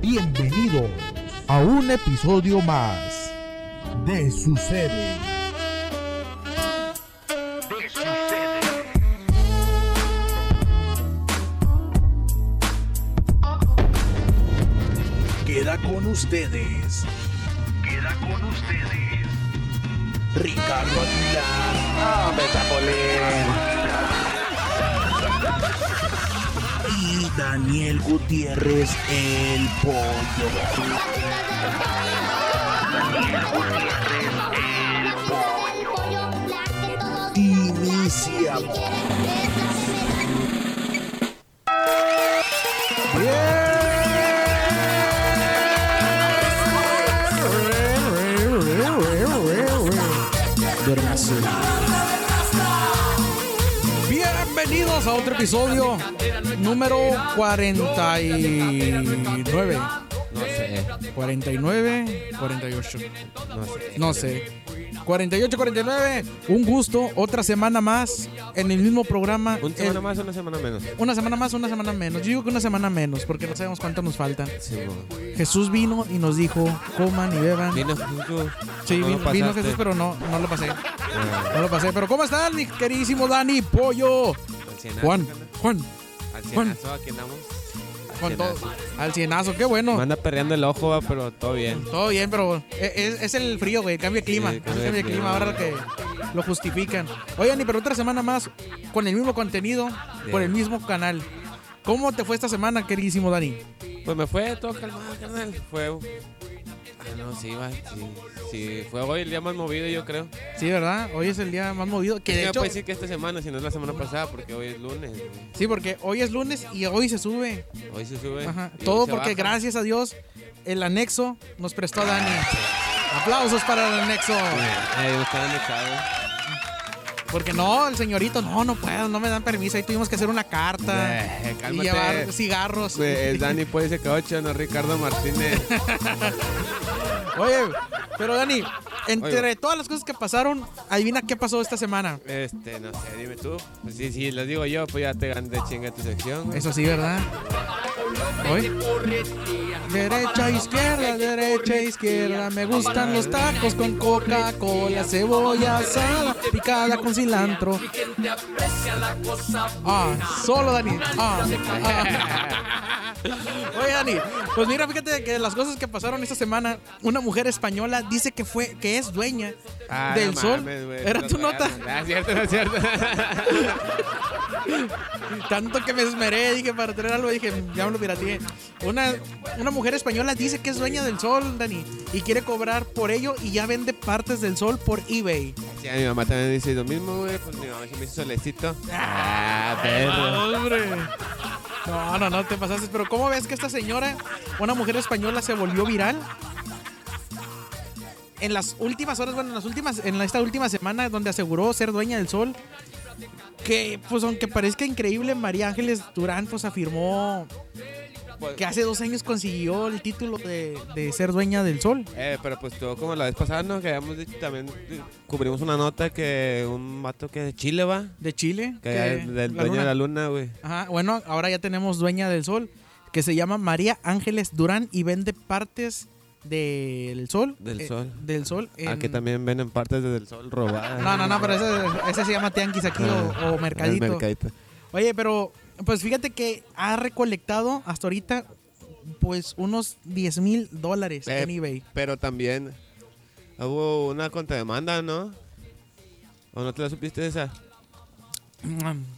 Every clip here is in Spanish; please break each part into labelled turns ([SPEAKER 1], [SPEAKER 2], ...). [SPEAKER 1] Bienvenidos a un episodio más de Sucede. Queda con ustedes. Queda con ustedes. Ricardo Aguilar. Ah, Y Daniel Gutiérrez, el pollo. Iniciamos.
[SPEAKER 2] Bienvenidos a otro episodio número 49.
[SPEAKER 3] No sé,
[SPEAKER 2] 49, 48.
[SPEAKER 3] no sé.
[SPEAKER 2] No sé. 48, 49. Un gusto. Otra semana más en el mismo programa.
[SPEAKER 3] Una semana
[SPEAKER 2] El-
[SPEAKER 3] más, una semana menos.
[SPEAKER 2] Una semana más, una semana menos. Yo digo que una semana menos porque no sabemos cuánto nos falta.
[SPEAKER 3] Sí, mo.
[SPEAKER 2] Jesús vino y nos dijo, coman y beban.
[SPEAKER 3] Dinos tú.
[SPEAKER 2] Sí,
[SPEAKER 3] ¿cómo
[SPEAKER 2] vino,
[SPEAKER 3] pasaste?
[SPEAKER 2] vino Jesús, pero no, no lo pasé.
[SPEAKER 3] Ah,
[SPEAKER 2] No lo pasé. Pero ¿cómo están, mi queridísimo Dani Pollo?
[SPEAKER 3] al cienazo,
[SPEAKER 2] Juan,
[SPEAKER 3] carnal.
[SPEAKER 2] Juan,
[SPEAKER 3] Al
[SPEAKER 2] Juan.
[SPEAKER 3] cienazo, aquí andamos. Al
[SPEAKER 2] con todo.
[SPEAKER 3] cienazo.
[SPEAKER 2] Al cienazo, qué bueno.
[SPEAKER 3] Me anda perreando el ojo, va, pero todo bien.
[SPEAKER 2] Todo bien, pero e, es, es el frío, güey. el Cambio de clima.
[SPEAKER 3] Sí,
[SPEAKER 2] el
[SPEAKER 3] cambio de
[SPEAKER 2] cambio de clima
[SPEAKER 3] clima,
[SPEAKER 2] ahora lo que lo justifican. Oigan, y pero otra semana más con el mismo contenido, por el mismo canal. ¿Cómo te fue esta semana, queridísimo Dani?
[SPEAKER 3] Pues me fue todo calmado, carnal. Fue. Ah, no, sí, va. Sí, sí, fue hoy el día más movido, yo creo.
[SPEAKER 2] Sí, ¿verdad? Hoy es el día más movido. Que
[SPEAKER 3] Sí,
[SPEAKER 2] de
[SPEAKER 3] no
[SPEAKER 2] hecho,
[SPEAKER 3] puedo decir que esta semana, si no es la semana pasada, porque hoy es lunes. güey.
[SPEAKER 2] sí, porque hoy es lunes y hoy se sube.
[SPEAKER 3] Hoy se sube.
[SPEAKER 2] Ajá.
[SPEAKER 3] Pues, y
[SPEAKER 2] Todo
[SPEAKER 3] hoy se
[SPEAKER 2] porque,
[SPEAKER 3] baja.
[SPEAKER 2] gracias a Dios, el anexo nos prestó a Dani. Aplausos para el anexo.
[SPEAKER 3] Eh, me están anexados.
[SPEAKER 2] Porque no, el señorito, no, no puedo, no me dan permiso. Ahí tuvimos que hacer una carta
[SPEAKER 3] Eh,
[SPEAKER 2] y
[SPEAKER 3] cálmate.
[SPEAKER 2] llevar cigarros.
[SPEAKER 3] Güey, es Eh, Dani pues, puede ser caucho, no Ricardo Martínez.
[SPEAKER 2] Oye, pero Dani, entre
[SPEAKER 3] Oigo.
[SPEAKER 2] todas las cosas que pasaron, adivina qué pasó esta semana.
[SPEAKER 3] Este, no sé, dime tú. Pues sí, sí, lo digo yo, pues ya te gané de chinga tu sección. güey.
[SPEAKER 2] Eso sí, ¿verdad? Hoy. Derecha, izquierda, derecha, izquierda. Me gustan los tacos con Coca-Cola, cebolla asada, picada con cilantro. Ah, solo Dani. Ah, ah. Oye, Dani, pues mira, fíjate que las cosas que pasaron esta semana, una mujer española dice que fue, que es dueña
[SPEAKER 3] Ah,
[SPEAKER 2] del
[SPEAKER 3] no
[SPEAKER 2] sol.
[SPEAKER 3] mames, güey,
[SPEAKER 2] Era
[SPEAKER 3] lo
[SPEAKER 2] tu nota.
[SPEAKER 3] tragaron. Ah, es cierto, no es cierto.
[SPEAKER 2] Tanto que me esmeré, dije, para tener algo, dije, ya me lo pirateé. Una, una mujer española dice que es dueña del sol, Dani, y quiere cobrar por ello y ya vende partes del sol por eBay.
[SPEAKER 3] Sí, a mi mamá también dice lo mismo, güey. Pues mi mamá se me hizo solecito. Ah, perro.
[SPEAKER 2] ¡Hombre! No, no, no te pasaste. Pero ¿cómo ves que esta señora, una mujer española, se volvió viral? En las últimas horas, bueno, en las últimas, en la- esta última semana, donde aseguró ser dueña del sol, que, pues, aunque parezca increíble, María Ángeles Durán, pues, afirmó
[SPEAKER 3] Pues,
[SPEAKER 2] que hace dos años consiguió el título de, de ser dueña del sol.
[SPEAKER 3] Eh, pero pues todo como la vez pasada, ¿no? Que habíamos dicho también, eh, cubrimos una nota que un vato que de Chile va.
[SPEAKER 2] De Chile.
[SPEAKER 3] Que
[SPEAKER 2] que
[SPEAKER 3] era el del
[SPEAKER 2] la luna-
[SPEAKER 3] dueño de la luna, güey.
[SPEAKER 2] Ajá, bueno, ahora ya tenemos dueña del sol, que se llama María Ángeles Durán y vende partes del sol.
[SPEAKER 3] Del
[SPEAKER 2] eh,
[SPEAKER 3] sol.
[SPEAKER 2] Del sol.
[SPEAKER 3] Ah,
[SPEAKER 2] en-
[SPEAKER 3] que también ven en partes desde el sol robadas.
[SPEAKER 2] No, no, no, pero ese, ese se llama tianguis aquí o, o
[SPEAKER 3] Ah,
[SPEAKER 2] mercadito.
[SPEAKER 3] el mercadito.
[SPEAKER 2] Oye, pero pues fíjate que ha recolectado hasta ahorita pues unos 10 mil dólares
[SPEAKER 3] Eh,
[SPEAKER 2] en eBay.
[SPEAKER 3] Pero también ah, hubo una contrademanda, ¿no? ¿O no te la supiste esa?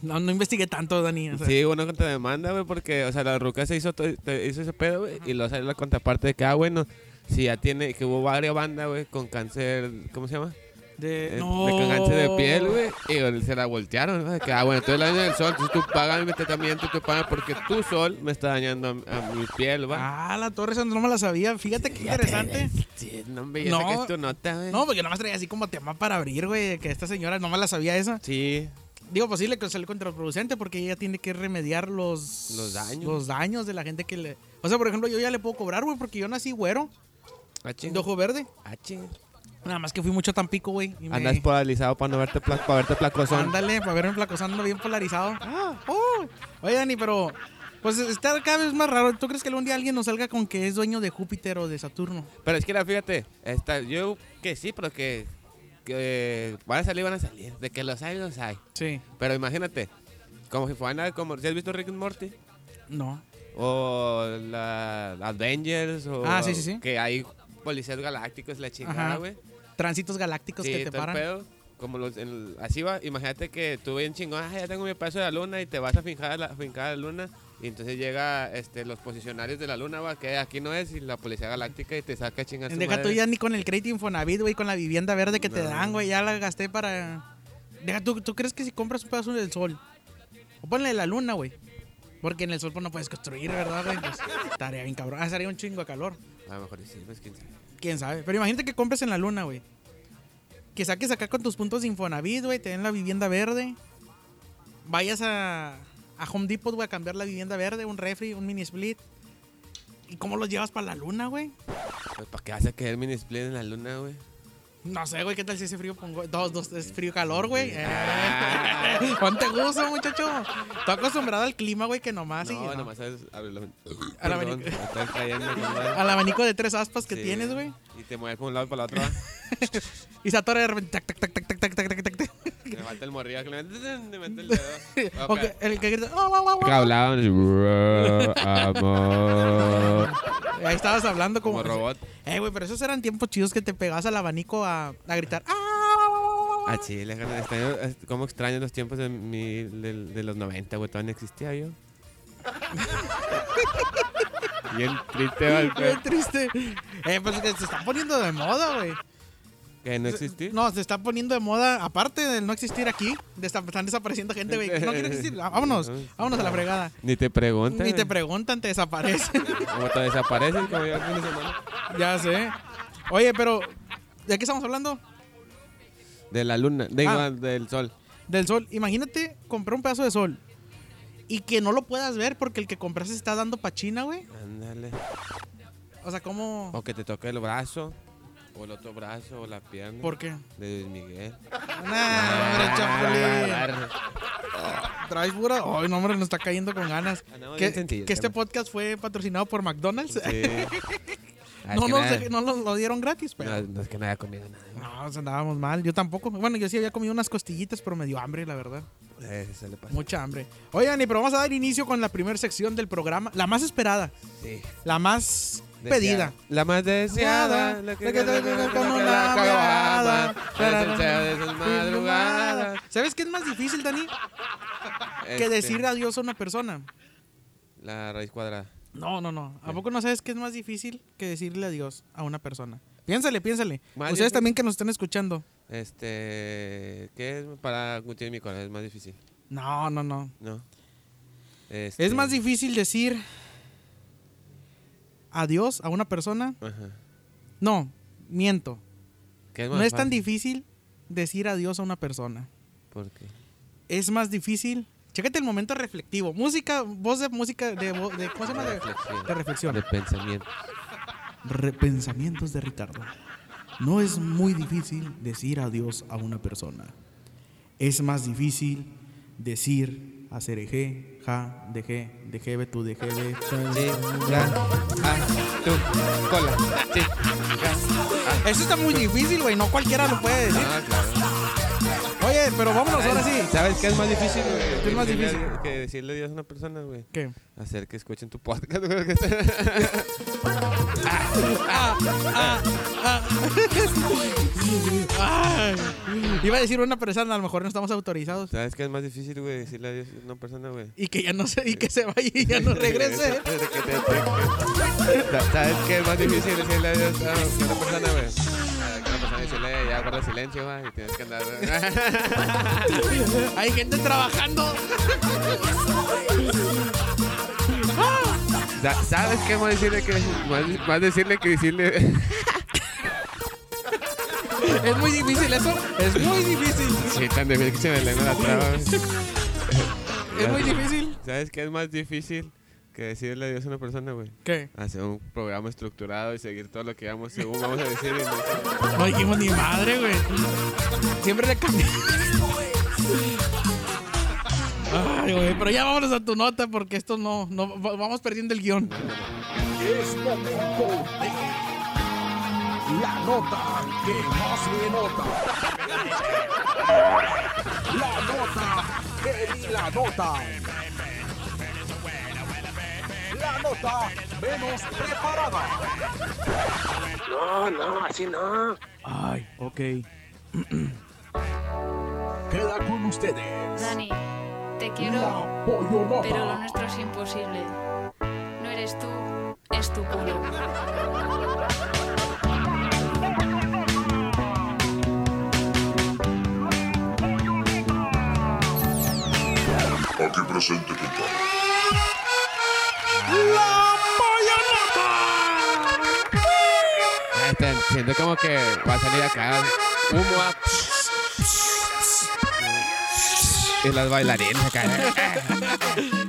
[SPEAKER 2] No, no investigué tanto, Dani. o sea,
[SPEAKER 3] Sí, hubo una contrademanda, güey, porque, o sea, la ruca se hizo, to- te- hizo ese pedo, güey, y luego salió la contraparte de que, ah, bueno, si ya tiene, que hubo varias bandas, güey, con cáncer, ¿cómo se llama?
[SPEAKER 2] de,
[SPEAKER 3] Eh,
[SPEAKER 2] no.
[SPEAKER 3] de- con cáncer de piel, güey, y güey, se la voltearon, ¿no? De que, ah, bueno, entonces la daña del sol, entonces tú pagas mi tratamiento, tú pagas porque tu sol me está dañando a, a mi piel, güey.
[SPEAKER 2] Ah, la torre, esa no me la sabía. Fíjate qué interesante.
[SPEAKER 3] Sí, no, hombre, yo sé
[SPEAKER 2] No.
[SPEAKER 3] que es tu nota, güey.
[SPEAKER 2] No, porque nomás traía así como tema para abrir, güey, que esta señora nomás la sabía esa.
[SPEAKER 3] Sí,
[SPEAKER 2] Digo, pues sí, le sale contraproducente porque ella tiene que remediar los...
[SPEAKER 3] Los daños.
[SPEAKER 2] Los daños de la gente que le... O sea, por ejemplo, yo ya le puedo cobrar, güey, porque yo nací güero,
[SPEAKER 3] ah,
[SPEAKER 2] de
[SPEAKER 3] chingo.
[SPEAKER 2] ojo verde.
[SPEAKER 3] Ah, chingo.
[SPEAKER 2] Nada más que fui mucho a Tampico, güey. y me-
[SPEAKER 3] Andas polarizado para no verte, pla- para verte placozón. Ah.
[SPEAKER 2] Ándale, para verme placosando bien polarizado. Oh. Oye, Dani, pero Pues estar cada vez más raro. ¿Tú crees que algún día alguien nos salga con que es dueño de Júpiter o de Saturno?
[SPEAKER 3] Pero es que era, fíjate, está, yo que sí, pero que, que van a salir, van a salir. De que los hay, los hay.
[SPEAKER 2] Sí.
[SPEAKER 3] Pero imagínate, como si fueran como ¿sí has visto Rick and Morty?
[SPEAKER 2] No.
[SPEAKER 3] O la Avengers o
[SPEAKER 2] Ah, sí, sí, sí.
[SPEAKER 3] que hay policías galácticos la chingada,
[SPEAKER 2] Ajá.
[SPEAKER 3] güey.
[SPEAKER 2] Tránsitos galácticos
[SPEAKER 3] Sí,
[SPEAKER 2] que te
[SPEAKER 3] todo el
[SPEAKER 2] paran.
[SPEAKER 3] pedo. Como los, en- así va, imagínate que tú bien chingón, ah, ya tengo mi paso de la luna y te vas a fincar a la, fincar a la luna. Y entonces llega este, los posicionarios de la luna, va, que aquí no es, y la policía galáctica y te saca chingando.
[SPEAKER 2] Deja tú ya ni con el crédito Infonavit, güey, con la vivienda verde que te
[SPEAKER 3] No.
[SPEAKER 2] dan, güey. Ya la gasté para. Deja tú, ¿tú crees que si compras un pedazo del sol? O ponle de la luna, güey. Porque en el sol pues, no puedes construir, ¿verdad, güey? Pues, estaría bien cabrón. Ah, estaría un chingo de calor.
[SPEAKER 3] A lo mejor sí, pues quién sabe.
[SPEAKER 2] Quién sabe. Pero imagínate que compres en la luna, güey. Que saques acá con tus puntos de Infonavit, güey. Te den la vivienda verde. Vayas a, a Home Depot, güey, a cambiar la vivienda verde, un refri, un mini split. ¿Y cómo los llevas para la luna, güey?
[SPEAKER 3] Pues, ¿Para qué vas a querer mini split en la luna, güey?
[SPEAKER 2] No sé, güey, ¿qué tal si ese frío pongo? Dos, dos, es frío calor, güey. Eh, Ponte gusto, muchacho. Estoy acostumbrado al clima, güey, que nomás. y-
[SPEAKER 3] no,
[SPEAKER 2] Ah, no.
[SPEAKER 3] nomás sabes. Abre la
[SPEAKER 2] A la abanico.
[SPEAKER 3] Perdón, me estoy cayendo, compadre.
[SPEAKER 2] Al abanico de tres aspas que
[SPEAKER 3] Sí.
[SPEAKER 2] tienes, güey.
[SPEAKER 3] Y te mueves por un lado y por el otro. va.
[SPEAKER 2] Y se atora de repente. Tac, tac, tac, tac, tac, tac, tac, tac, tac.
[SPEAKER 3] Le falta el morrillo que le mete, le mete el dedo.
[SPEAKER 2] O que- el que grita. "Oh, guau, guau, guau". Ahí estabas hablando como,
[SPEAKER 3] Como robot.
[SPEAKER 2] Eh, güey, pero esos eran tiempos chidos que te pegabas al abanico a, a gritar. ¡Ah!
[SPEAKER 3] Ah, chile, carnal, extraño- es- cómo extraño los tiempos de, mi- de- de los 90, güey. Todavía no existía yo. Bien triste, güey,
[SPEAKER 2] Qué
[SPEAKER 3] que-
[SPEAKER 2] triste. Eh, pues que se está poniendo de moda, güey.
[SPEAKER 3] que no existía.
[SPEAKER 2] No, se está poniendo de moda, aparte de no existir aquí, de esta- están desapareciendo gente, güey. que No quiere existir. Ah, Vámonos, vámonos a la fregada.
[SPEAKER 3] Ni te preguntan.
[SPEAKER 2] Ni te preguntan, te desaparecen.
[SPEAKER 3] Como te desaparecen, como yo el fin de semana.
[SPEAKER 2] ya sé. Oye, pero, ¿de qué estamos hablando?
[SPEAKER 3] De la luna, de
[SPEAKER 2] Ah.
[SPEAKER 3] igual, del sol.
[SPEAKER 2] Del sol. Imagínate comprar un pedazo de sol y que no lo puedas ver porque el que compraste está dando pa' China, güey.
[SPEAKER 3] Ándale.
[SPEAKER 2] O sea, ¿cómo?
[SPEAKER 3] O que te toque el brazo, o el otro brazo, o la pierna.
[SPEAKER 2] ¿Por qué? Ah,
[SPEAKER 3] De Luis Miguel.
[SPEAKER 2] Nah,
[SPEAKER 3] ah,
[SPEAKER 2] hombre, chapulín. Traes pura. Ay, no, hombre, nos está cayendo con ganas.
[SPEAKER 3] Andamos
[SPEAKER 2] Que,
[SPEAKER 3] ah. bien sentidos,
[SPEAKER 2] que este
[SPEAKER 3] carnal.
[SPEAKER 2] podcast fue patrocinado por McDonald's.
[SPEAKER 3] Sí. Ah, es
[SPEAKER 2] No
[SPEAKER 3] que
[SPEAKER 2] nos
[SPEAKER 3] nada-
[SPEAKER 2] dej- no nos lo dieron gratis, pero.
[SPEAKER 3] no, no es que no haya comido nada.
[SPEAKER 2] No, o sea, andábamos mal. Yo tampoco. Bueno, yo sí había comido unas costillitas, pero me dio hambre, la verdad.
[SPEAKER 3] Eh, Eso le pasa.
[SPEAKER 2] Mucha hambre. Oigan, y pero vamos a dar inicio con la primera sección del programa. La más esperada.
[SPEAKER 3] Sí.
[SPEAKER 2] La más
[SPEAKER 3] Deseada.
[SPEAKER 2] pedida.
[SPEAKER 3] La más deseada. La que
[SPEAKER 2] La que te- con una
[SPEAKER 3] acababa. La
[SPEAKER 2] mirada.
[SPEAKER 3] esencia de sus madrugadas.
[SPEAKER 2] ¿Sabes qué es más difícil, Dani? Que
[SPEAKER 3] Este,
[SPEAKER 2] decir adiós a una persona.
[SPEAKER 3] La raíz cuadrada.
[SPEAKER 2] No, no, no. ¿A poco no sabes qué es más difícil que decirle adiós a una persona? Piénsale, piénsale.
[SPEAKER 3] Más
[SPEAKER 2] Ustedes
[SPEAKER 3] difícil.
[SPEAKER 2] también que nos están escuchando.
[SPEAKER 3] Este. ¿Qué es para cultivar mi corazón? Es más difícil.
[SPEAKER 2] No, no, no.
[SPEAKER 3] ¿No? Este,
[SPEAKER 2] Es más difícil decir adiós a una persona.
[SPEAKER 3] Ajá.
[SPEAKER 2] No, miento.
[SPEAKER 3] ¿Qué
[SPEAKER 2] No
[SPEAKER 3] más
[SPEAKER 2] es tan
[SPEAKER 3] fácil?
[SPEAKER 2] difícil decir adiós a una persona.
[SPEAKER 3] ¿Por qué?
[SPEAKER 2] Es más difícil. Chécate el momento reflectivo. Música, voz de música, de, vo- de- ¿cómo se llama? De,
[SPEAKER 3] Reflexión.
[SPEAKER 2] de reflexión.
[SPEAKER 3] De pensamiento.
[SPEAKER 2] Repensamientos de Ricardo. No es muy difícil decir adiós a una persona. Es más difícil decir a cereje, ja, deje, dejebe, tu dejebe.
[SPEAKER 3] Chinga a tu Ah, cola. Chinga.
[SPEAKER 2] Eso está muy difícil, güey. No cualquiera lo puede decir.
[SPEAKER 3] Ah, claro.
[SPEAKER 2] Oye, pero vámonos ahora sí.
[SPEAKER 3] ¿Sabes qué es más difícil, güey?
[SPEAKER 2] ¿Qué es más
[SPEAKER 3] Decirle-
[SPEAKER 2] difícil?
[SPEAKER 3] Que decirle Dios a una persona, güey.
[SPEAKER 2] ¿Qué?
[SPEAKER 3] Hacer que escuchen tu podcast. güey, que sea-
[SPEAKER 2] Ay, iba a decir una persona, a lo mejor no estamos autorizados.
[SPEAKER 3] ¿Sabes qué es más difícil, güey? Decirle adiós a una persona, güey.
[SPEAKER 2] Y que ya no se, y que se vaya y ya no regrese.
[SPEAKER 3] Desde que te- te- que- ¿Sabes qué es más difícil decirle adiós a una persona, güey? A que una persona decirle, ya guarda silencio, güey, y tienes que andar.
[SPEAKER 2] Hay gente trabajando.
[SPEAKER 3] Sa- ¿Sabes qué más decirle que más, más decirle que decirle?
[SPEAKER 2] Es muy difícil eso. Es muy difícil.
[SPEAKER 3] sí, tan difícil que se me lengua la traba. güey.
[SPEAKER 2] Es muy difícil.
[SPEAKER 3] ¿Sabes qué es más difícil que decirle adiós a una persona, güey?
[SPEAKER 2] ¿Qué?
[SPEAKER 3] Hacer un programa estructurado y seguir todo lo que vamos según vamos a decir. y no-
[SPEAKER 2] No dijimos ni madre, güey. Siempre le cambié. Ay, madre, güey. Pero ya vámonos a tu nota porque esto no, no va- vamos perdiendo el guión.
[SPEAKER 1] Es momento de la nota que más me nota. La nota que di la nota. La nota menos preparada.
[SPEAKER 4] No, no, así no.
[SPEAKER 1] Ay, ok. Queda con ustedes.
[SPEAKER 5] Dani, te quiero,
[SPEAKER 1] La pollo
[SPEAKER 5] pero lo
[SPEAKER 1] nota.
[SPEAKER 5] nuestro es imposible. No eres tú, es tu culo.
[SPEAKER 6] Aquí presente, compadre.
[SPEAKER 3] Ah, está- siento como que va a salir acá humo. ah, Y las bailarinas acá.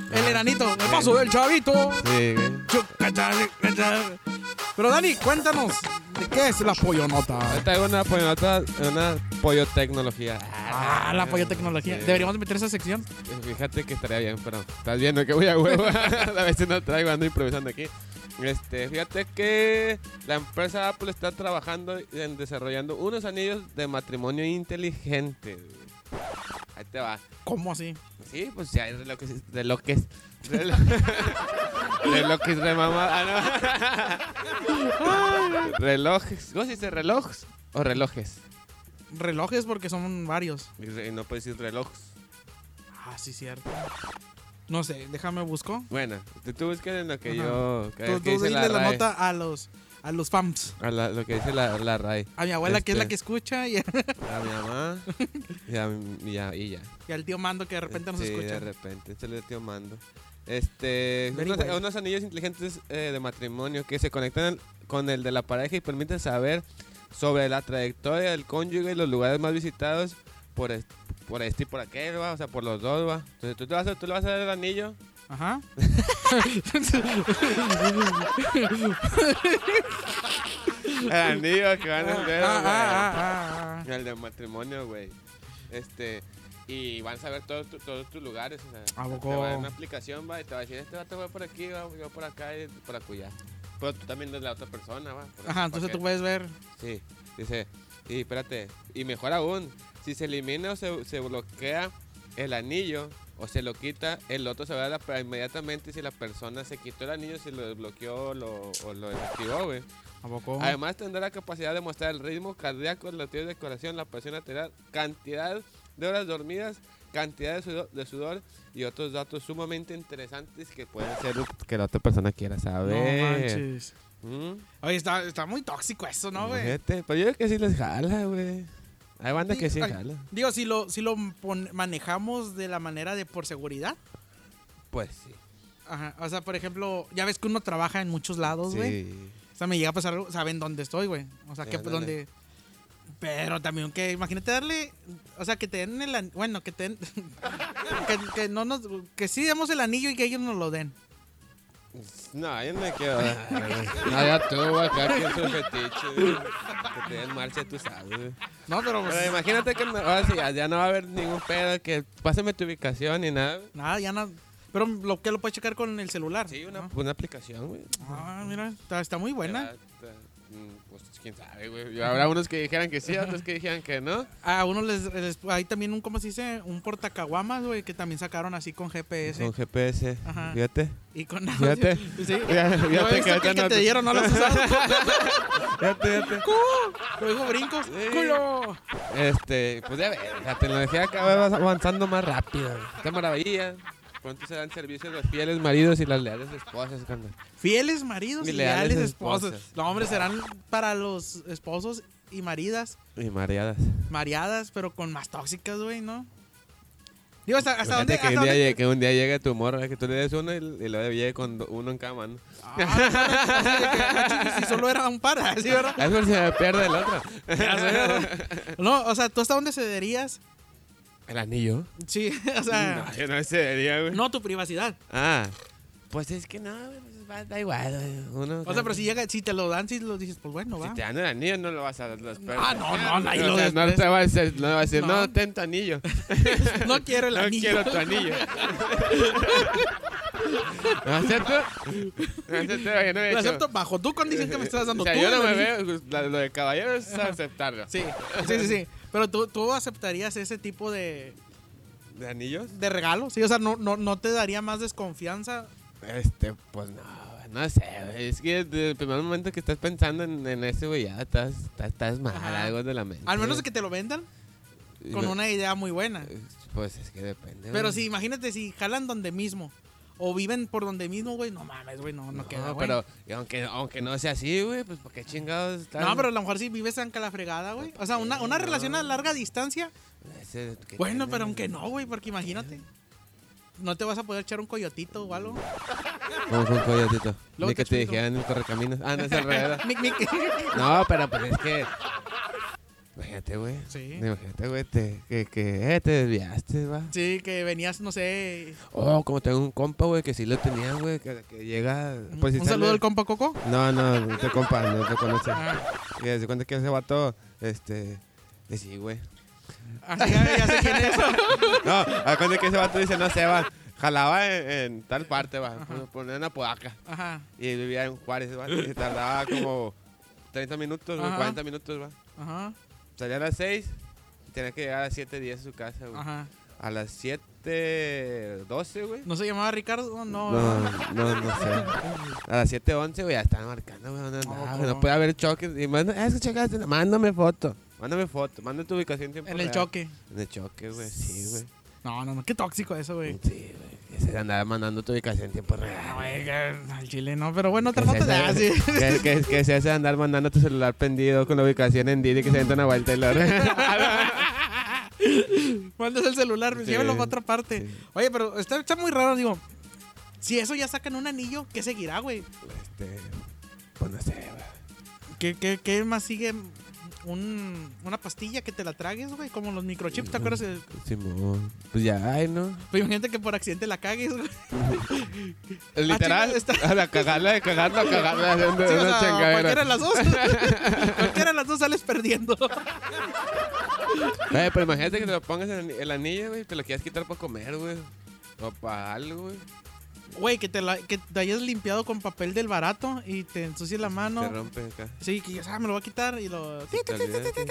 [SPEAKER 2] El enanito, el paso del chavito.
[SPEAKER 3] Sí, güey.
[SPEAKER 2] Chucachale, cachale. Pero Dani, cuéntanos, ¿de qué es la pollonota?
[SPEAKER 3] Ahorita hay una pollonota, una pollotecnología.
[SPEAKER 2] Ah, la pollotecnología. Deberíamos meter esa sección.
[SPEAKER 3] Fíjate que estaría bien, pero estás viendo que voy a huevo. a veces no traigo, ando improvisando aquí. Este, fíjate que la empresa Apple está trabajando en desarrollando unos anillos de matrimonio inteligente. güey. Ahí te va.
[SPEAKER 2] ¿Cómo así?
[SPEAKER 3] Sí, pues ya es de lo que es. De lo que es. De lo, de lo que es de mamá. Ah, no. Ay, relojes. ¿Cómo se dice relojes? ¿O relojes?
[SPEAKER 2] Relojes porque son varios.
[SPEAKER 3] Y re- No puedes decir relojes.
[SPEAKER 2] Ah, sí, cierto. No sé, déjame busco.
[SPEAKER 3] Bueno, tú, tú buscas en lo que
[SPEAKER 2] Ajá.
[SPEAKER 3] yo. que-
[SPEAKER 2] Tú,
[SPEAKER 3] que
[SPEAKER 2] tú
[SPEAKER 3] dice
[SPEAKER 2] dile la,
[SPEAKER 3] RAE.
[SPEAKER 2] nota a los, a los fans.
[SPEAKER 3] A la- lo que dice la, la RAE.
[SPEAKER 2] A mi abuela, que es la
[SPEAKER 3] Este.
[SPEAKER 2] que escucha, y,
[SPEAKER 3] A mi mamá. Y, a mi- y a- y ya.
[SPEAKER 2] y al tío Mando, que de repente nos
[SPEAKER 3] Sí,
[SPEAKER 2] escucha.
[SPEAKER 3] de repente. Se le tío mando. Este,
[SPEAKER 2] Very
[SPEAKER 3] unos,
[SPEAKER 2] well.
[SPEAKER 3] unos anillos inteligentes eh, de matrimonio que se conectan al- con el de la pareja y permiten saber sobre la trayectoria del cónyuge y los lugares más visitados por, es- por este y por aquel, va, o sea, por los dos, va. Entonces tú, te vas a, tú le vas a dar el anillo
[SPEAKER 2] Ajá.
[SPEAKER 3] El anillo que van a
[SPEAKER 2] Ah,
[SPEAKER 3] hacer.
[SPEAKER 2] ah, ah, ah, ah.
[SPEAKER 3] El de matrimonio, güey. Este. Y van a saber todo tu- todos tus lugares. O sea,
[SPEAKER 2] ¿A poco?
[SPEAKER 3] Te va a dar una aplicación, va, y te va a decir, este vato va por aquí, va, yo por acá y por acullá. Pero tú también eres la otra persona, va. por-
[SPEAKER 2] Ajá, entonces
[SPEAKER 3] porque-
[SPEAKER 2] tú puedes ver.
[SPEAKER 3] Sí, dice, y espérate, y mejor aún, si se elimina o se, se bloquea el anillo o se lo quita, el otro se va a la, pa- inmediatamente si la persona se quitó el anillo, si lo desbloqueó o lo, o lo desactivó, güey.
[SPEAKER 2] ¿A poco?
[SPEAKER 3] Además tendrá la capacidad de mostrar el ritmo cardíaco, el latido de corazón, la presión arterial, cantidad de horas dormidas, cantidad de sudor, de sudor y otros datos sumamente interesantes que pueden ser que la otra persona quiera
[SPEAKER 2] no
[SPEAKER 3] saber.
[SPEAKER 2] manches.
[SPEAKER 3] Mm.
[SPEAKER 2] Oye, está, está muy tóxico eso, ¿no, güey?
[SPEAKER 3] Fíjate, pero yo creo que sí les jala, güey. Hay banda que sí
[SPEAKER 2] Ay,
[SPEAKER 3] jala.
[SPEAKER 2] Digo, si lo, si lo pon- manejamos de la manera de por seguridad.
[SPEAKER 3] Pues sí.
[SPEAKER 2] Ajá. O sea, por ejemplo, ya ves que uno trabaja en muchos lados, Pues, güey.
[SPEAKER 3] Sí.
[SPEAKER 2] O sea, me llega a pasar algo, saben dónde estoy, güey. O sea,
[SPEAKER 3] Sí,
[SPEAKER 2] que pues,
[SPEAKER 3] ándale.
[SPEAKER 2] dónde. Pero también que, imagínate darle, o sea, que te den el, an- bueno, que te den, que, que no nos, que sí demos el anillo y que ellos nos lo den.
[SPEAKER 3] No, yo no me quiero. no, ya tú, güey, cada quien su fetiche. güey. Que te den marcha, tú sabes, güey.
[SPEAKER 2] No, pero, pues,
[SPEAKER 3] Pero imagínate que no- ahora sí, ya, ya no va a haber ningún pedo, que pásame tu ubicación ni nada.
[SPEAKER 2] nada, ya no, pero lo que lo puedes checar con el celular.
[SPEAKER 3] Sí, una,
[SPEAKER 2] ¿no?
[SPEAKER 3] una aplicación, güey.
[SPEAKER 2] Ah, mira, está, está muy buena.
[SPEAKER 3] Era- era- mm, Pues quién sabe, güey. Yo- Habrá unos que dijeran que sí, otros que dijeran que no.
[SPEAKER 2] A uno les, les- hay también un, ¿cómo se dice? Un portacaguamas, güey, que también sacaron así con GPS.
[SPEAKER 3] Con GPS.
[SPEAKER 2] Ajá.
[SPEAKER 3] Fíjate.
[SPEAKER 2] Y con
[SPEAKER 3] Fíjate.
[SPEAKER 2] Sí.
[SPEAKER 3] Fíjate,
[SPEAKER 2] Yo he
[SPEAKER 3] fíjate
[SPEAKER 2] visto
[SPEAKER 3] que
[SPEAKER 2] que, el
[SPEAKER 3] ahorita
[SPEAKER 2] que
[SPEAKER 3] no-
[SPEAKER 2] te dieron no las usaron.
[SPEAKER 3] Fíjate, fíjate.
[SPEAKER 2] Lo dijo brincos.
[SPEAKER 3] Sí.
[SPEAKER 2] ¡Culo!
[SPEAKER 3] Este, pues ya ves, la tecnología cada vez va avanzando más rápido. Esta maravilla. Pronto serán servicios los fieles maridos y las leales esposas, carnal.
[SPEAKER 2] Fieles maridos y
[SPEAKER 3] Y
[SPEAKER 2] leales,
[SPEAKER 3] leales
[SPEAKER 2] esposos.
[SPEAKER 3] esposas.
[SPEAKER 2] No, hombre, serán para los esposos y maridas,
[SPEAKER 3] Y mareadas.
[SPEAKER 2] mareadas, pero con más tóxicas, güey, ¿no? Digo, ¿hasta, hasta
[SPEAKER 3] Imagínate
[SPEAKER 2] dónde?
[SPEAKER 3] que,
[SPEAKER 2] hasta
[SPEAKER 3] un día
[SPEAKER 2] dónde-
[SPEAKER 3] llegue, que un día llegue tu morra, que tú le des uno y, y luego llegue con do- uno en cada mano.
[SPEAKER 2] Ah, no, no, no, no, si solo era un par, ¿sí, verdad?
[SPEAKER 3] Es por si me pierde el otro.
[SPEAKER 2] No, o sea, ¿tú hasta dónde cederías?
[SPEAKER 3] ¿El anillo?
[SPEAKER 2] Sí, o sea, Ah.
[SPEAKER 3] yo no sé, diría, güey.
[SPEAKER 2] no tu privacidad.
[SPEAKER 3] Ah, Pues es que no, pues, va- da igual. eh, Uno,
[SPEAKER 2] O sea, pero si llega, si te lo dan, si lo dices, pues bueno, va.
[SPEAKER 3] Si te dan el anillo, no lo vas a dar los perros.
[SPEAKER 2] Ah, no, no, ahí lo
[SPEAKER 3] O sea, no
[SPEAKER 2] des-
[SPEAKER 3] te va a decir, no, va a decir,
[SPEAKER 2] No.
[SPEAKER 3] no. ten tu anillo.
[SPEAKER 2] No quiero el
[SPEAKER 3] no
[SPEAKER 2] anillo.
[SPEAKER 3] quiero tu anillo. ¿Lo acepto? ¿Lo acepto? Yo no he
[SPEAKER 2] Lo
[SPEAKER 3] hecho.
[SPEAKER 2] acepto bajo tu condición que me estás dando
[SPEAKER 3] O sea,
[SPEAKER 2] tú.
[SPEAKER 3] yo no
[SPEAKER 2] el
[SPEAKER 3] me
[SPEAKER 2] anillo.
[SPEAKER 3] veo. pues, la- Lo de caballero es aceptarlo.
[SPEAKER 2] Sí, sí, sí, sí. Pero tú, tú aceptarías ese tipo de,
[SPEAKER 3] ¿De anillos?
[SPEAKER 2] de regalo, sí. O sea, no, no, no te daría más desconfianza.
[SPEAKER 3] Este, pues no, no sé, güey. Es que desde el primer momento que estás pensando en, en eso, güey, ya estás, estás, estás mal,
[SPEAKER 2] Ajá.
[SPEAKER 3] algo de la mente.
[SPEAKER 2] Al menos que te lo vendan
[SPEAKER 3] Y
[SPEAKER 2] con
[SPEAKER 3] no-
[SPEAKER 2] una idea muy buena.
[SPEAKER 3] Pues es que depende.
[SPEAKER 2] Pero
[SPEAKER 3] güey.
[SPEAKER 2] si, imagínate, si jalan donde mismo o viven por donde mismo, güey, no mames, güey, no, no,
[SPEAKER 3] No,
[SPEAKER 2] queda, güey.
[SPEAKER 3] pero y aunque, aunque no sea así, güey, pues porque chingados están.
[SPEAKER 2] No, pero a lo mejor si vives en calafregada, güey. O sea, una, una relación a larga distancia.
[SPEAKER 3] Ese que
[SPEAKER 2] Bueno,
[SPEAKER 3] tienen-
[SPEAKER 2] pero aunque no, güey, porque
[SPEAKER 3] Eh.
[SPEAKER 2] imagínate. No te vas a poder echar un coyotito o algo.
[SPEAKER 3] Vamos con un coyotito.
[SPEAKER 2] Luego
[SPEAKER 3] Ni
[SPEAKER 2] te
[SPEAKER 3] que te
[SPEAKER 2] explico.
[SPEAKER 3] dijeran el correcaminos. Ah, no es al revés.
[SPEAKER 2] Mic, mic.
[SPEAKER 3] No, pero pues es que. Imagínate, güey.
[SPEAKER 2] Sí.
[SPEAKER 3] Imagínate, güey, te- que, que eh, te desviaste, va.
[SPEAKER 2] Sí, que venías, no sé.
[SPEAKER 3] Oh, como tengo un compa, güey, que sí lo tenía, güey, que, que llega... pues, si
[SPEAKER 2] un
[SPEAKER 3] sale-
[SPEAKER 2] saludo al compa Ah. Coco.
[SPEAKER 3] No, no, no te compa, no te conoce. Y desde cuenta que ese vato, este... eh, Sí, güey.
[SPEAKER 2] Así Ah, ya, ya sé quién es.
[SPEAKER 3] No, a cuenta que ese vato dice, no sé, va, jalaba en, en tal parte, va, poner una podaca.
[SPEAKER 2] Ajá,
[SPEAKER 3] Y vivía en Juárez, va, y se tardaba como 30 minutos, güey,
[SPEAKER 2] Ajá.
[SPEAKER 3] 40 minutos, va.
[SPEAKER 2] ajá,
[SPEAKER 3] Salía a las 6 y tenía que llegar a las 7.10 a su casa, güey.
[SPEAKER 2] ajá.
[SPEAKER 3] A las 7.12, güey.
[SPEAKER 2] ¿No se llamaba Ricardo? No.
[SPEAKER 3] No, no, no sé. A las 7.11, güey, ya estaban marcando, güey. No,
[SPEAKER 2] Ah,
[SPEAKER 3] no,
[SPEAKER 2] ¿cómo?
[SPEAKER 3] no puede haber choques. Y manda, "Ah, es que chocaste. no, Mándame foto. Mándame foto. Mándame tu ubicación en tiempo
[SPEAKER 2] En el
[SPEAKER 3] real".
[SPEAKER 2] choque.
[SPEAKER 3] En el choque, güey. Sí, güey.
[SPEAKER 2] No, no, no. Qué tóxico eso, güey.
[SPEAKER 3] Sí, güey. Ese de andar mandando tu ubicación en tiempo
[SPEAKER 2] No,
[SPEAKER 3] real. güey.
[SPEAKER 2] güey, que al chile no, pero bueno,
[SPEAKER 3] ¿Qué
[SPEAKER 2] Ah, otra nota
[SPEAKER 3] es
[SPEAKER 2] de
[SPEAKER 3] eso,
[SPEAKER 2] así.
[SPEAKER 3] güey? Que, que, que se hace andar mandando tu celular prendido con la ubicación en Didi que se entra una vuelta y lo...
[SPEAKER 2] Mandas el celular, pues,
[SPEAKER 3] Sí.
[SPEAKER 2] llévalo para otra parte.
[SPEAKER 3] Sí.
[SPEAKER 2] Oye, pero está, está muy raro, digo. Si eso ya sacan un anillo, ¿qué seguirá, güey?
[SPEAKER 3] este, pues no sé, güey.
[SPEAKER 2] ¿Qué, qué, qué más sigue? Un- una pastilla que te la tragues, güey, como los microchips, ¿te acuerdas? El-
[SPEAKER 3] Simón. Pues ya, ay, ¿no?
[SPEAKER 2] Pues imagínate que por accidente la cagues, güey.
[SPEAKER 3] Literal,
[SPEAKER 2] Ah, chinga, está-
[SPEAKER 3] a la cagarla, de cagarla, cagarla, de
[SPEAKER 2] Sí, o
[SPEAKER 3] una
[SPEAKER 2] sea,
[SPEAKER 3] chingadera.
[SPEAKER 2] cualquiera de las dos. cualquiera de las dos sales perdiendo.
[SPEAKER 3] Güey, Eh, pero imagínate que te lo pongas en el anillo, güey, y te lo quieras quitar para comer, güey. O para algo, güey.
[SPEAKER 2] Güey, que te, la, que te hayas limpiado con papel del barato y te ensucies la
[SPEAKER 3] Te
[SPEAKER 2] mano.
[SPEAKER 3] rompe acá.
[SPEAKER 2] Sí, que ya ah, me lo voy a quitar y lo.
[SPEAKER 3] Se te olvida Que que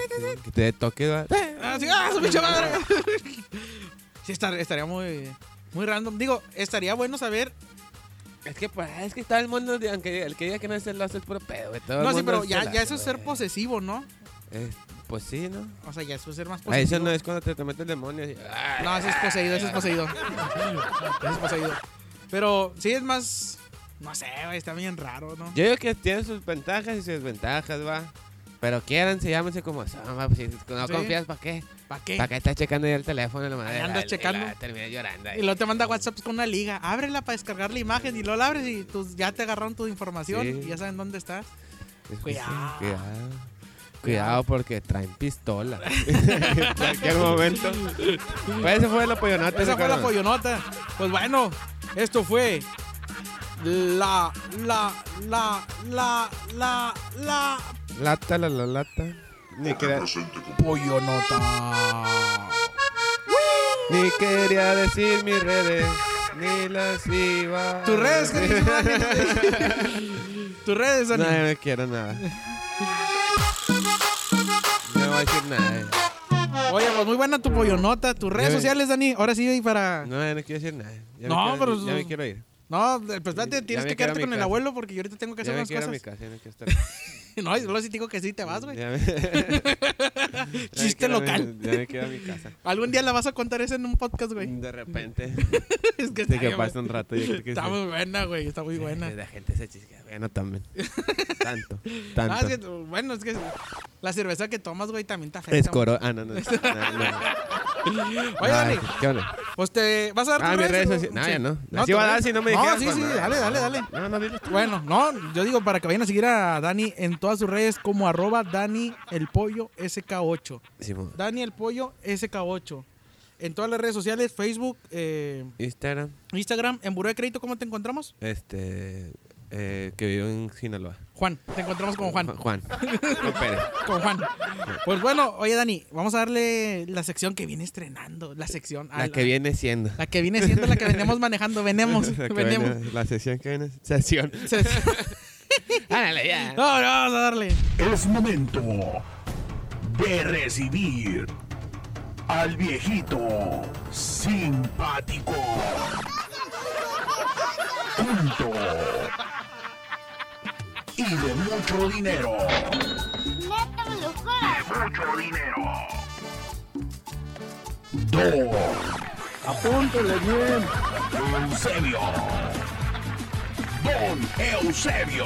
[SPEAKER 3] te dé toque, va.
[SPEAKER 2] Ah, sí, ah, su pinche madre. sí, estar- estaría muy, muy random. Digo, estaría bueno saber.
[SPEAKER 3] Es que, pues, es que todo el mundo, de- aunque el que diga que no es celoso es puro pedo, güey. Todo el
[SPEAKER 2] No, sí,
[SPEAKER 3] mundo
[SPEAKER 2] pero ya, ya
[SPEAKER 3] celoso,
[SPEAKER 2] eso es ser
[SPEAKER 3] güey.
[SPEAKER 2] posesivo, ¿no?
[SPEAKER 3] Eh, pues sí, ¿no?
[SPEAKER 2] O sea, ya eso es ser más
[SPEAKER 3] Ah,
[SPEAKER 2] posesivo.
[SPEAKER 3] eso no es cuando te, te mete el demonio. así, ah,
[SPEAKER 2] No, eso es poseído, eso es poseído. Eso es poseído. Pero sí es más. No sé, güey, está bien raro, ¿no?
[SPEAKER 3] Yo digo que tiene sus ventajas y sus desventajas, va. Pero quieranse, llámense como son, va. Pues, si no
[SPEAKER 2] Sí.
[SPEAKER 3] confías, ¿para qué?
[SPEAKER 2] ¿Para qué?
[SPEAKER 3] ¿Para qué estás checando ya el teléfono? La madre,
[SPEAKER 2] Ahí andas
[SPEAKER 3] y
[SPEAKER 2] checando.
[SPEAKER 3] la Terminé llorando.
[SPEAKER 2] Y luego te manda WhatsApp con una liga. Ábrela para descargar la imagen y luego la abres y tus- ya te agarraron tu información
[SPEAKER 3] Sí.
[SPEAKER 2] y ya saben dónde estás.
[SPEAKER 3] Es-
[SPEAKER 2] Cuidado.
[SPEAKER 3] Cuidado. Cuidado porque traen pistola. en cualquier momento. Pues ese fue el apoyonate.
[SPEAKER 2] Esa fue la
[SPEAKER 3] Ricardo.
[SPEAKER 2] pollonota. Pues bueno, esto fue. La, la, la, la, la, la.
[SPEAKER 3] Lata, la, la lata. Ni
[SPEAKER 7] Aquí
[SPEAKER 3] quería,
[SPEAKER 7] presente con
[SPEAKER 2] Pollonota.
[SPEAKER 3] ni quería decir mis redes. Ni las iba.
[SPEAKER 2] Tus redes, queridísima Dani. Tus redes,
[SPEAKER 3] No,
[SPEAKER 2] Dani.
[SPEAKER 3] yo no quiero nada. No voy a decir nada. eh.
[SPEAKER 2] Oye, pues muy buena tu pollonota. Tus redes
[SPEAKER 3] Ya ve.
[SPEAKER 2] sociales, Dani. Ahora sí, y para.
[SPEAKER 3] No, yo no quiero decir nada. Ya me
[SPEAKER 2] No,
[SPEAKER 3] quiero-
[SPEAKER 2] pero-
[SPEAKER 3] Ya me quiero ir.
[SPEAKER 2] No, pues espérate,
[SPEAKER 3] Ya
[SPEAKER 2] tienes
[SPEAKER 3] me
[SPEAKER 2] que
[SPEAKER 3] quiero
[SPEAKER 2] quedarte
[SPEAKER 3] a mi
[SPEAKER 2] con el
[SPEAKER 3] casa.
[SPEAKER 2] abuelo porque yo ahorita tengo que
[SPEAKER 3] Ya
[SPEAKER 2] hacer
[SPEAKER 3] me
[SPEAKER 2] unas
[SPEAKER 3] quiero a mi
[SPEAKER 2] cosas.
[SPEAKER 3] casa. Ya no quiero estar.
[SPEAKER 2] No, yo sí te digo que sí te vas, güey.
[SPEAKER 3] Ya me- Ya me
[SPEAKER 2] Chiste
[SPEAKER 3] quiero a mi-
[SPEAKER 2] local.
[SPEAKER 3] Ya me quiero a mi casa.
[SPEAKER 2] Algún día la vas a contar esa en un podcast, güey.
[SPEAKER 3] De repente.
[SPEAKER 2] Es que
[SPEAKER 3] Mm. De
[SPEAKER 2] está,
[SPEAKER 3] que
[SPEAKER 2] bien,
[SPEAKER 3] pasa un rato. Yo creo que
[SPEAKER 2] está
[SPEAKER 3] sí.
[SPEAKER 2] muy buena, güey. Está muy buena.
[SPEAKER 3] La gente se chisquea. Bueno, también. tanto. Tanto.
[SPEAKER 2] Ah, es que, bueno, es que la cerveza que tomas, güey, también te afecta.
[SPEAKER 3] Es coro. Ah, no, no. no, no.
[SPEAKER 2] Oye,
[SPEAKER 3] Ay,
[SPEAKER 2] Dani,
[SPEAKER 3] ¿Qué onda?
[SPEAKER 2] pues te vas a dar
[SPEAKER 3] Ah,
[SPEAKER 2] tus
[SPEAKER 3] mis redes
[SPEAKER 2] o-
[SPEAKER 3] sociales. No, ya no.
[SPEAKER 2] No,
[SPEAKER 3] Así
[SPEAKER 2] tus
[SPEAKER 3] va a dar
[SPEAKER 2] redes.
[SPEAKER 3] si no me
[SPEAKER 2] No,
[SPEAKER 3] dijeras,
[SPEAKER 2] sí,
[SPEAKER 3] pues,
[SPEAKER 2] sí,
[SPEAKER 3] no.
[SPEAKER 2] dale, dale, dale.
[SPEAKER 3] No, no, dile.
[SPEAKER 2] Bueno, no, yo digo para que vayan a seguir a Dani en todas sus redes como arroba Dani el pollo SK8.
[SPEAKER 3] Simón.
[SPEAKER 2] Dani el pollo SK8.
[SPEAKER 8] en todas las redes sociales, Facebook, eh,
[SPEAKER 3] Instagram,
[SPEAKER 8] Instagram, en Buró de Crédito, ¿cómo te encontramos?
[SPEAKER 3] este, eh, que vivió en Sinaloa.
[SPEAKER 8] Juan, te encontramos con Juan.
[SPEAKER 3] Juan. Juan Pérez.
[SPEAKER 8] Con Juan. Pues bueno, oye Dani, vamos a darle la sección que viene estrenando, la sección.
[SPEAKER 2] Ah,
[SPEAKER 3] La
[SPEAKER 8] al-
[SPEAKER 3] que viene siendo.
[SPEAKER 8] La que viene siendo la que venimos manejando, venemos,
[SPEAKER 3] La que viene-
[SPEAKER 8] venemos.
[SPEAKER 3] La sesión que viene. Sesión.
[SPEAKER 8] Se-
[SPEAKER 3] Ándale, ya.
[SPEAKER 8] No, no, vamos a darle.
[SPEAKER 9] Es momento de recibir al viejito simpático. Punto. Y de mucho dinero. De mucho dinero. Dos.
[SPEAKER 4] Apúntele bien.
[SPEAKER 9] Eusebio. Don Eusebio.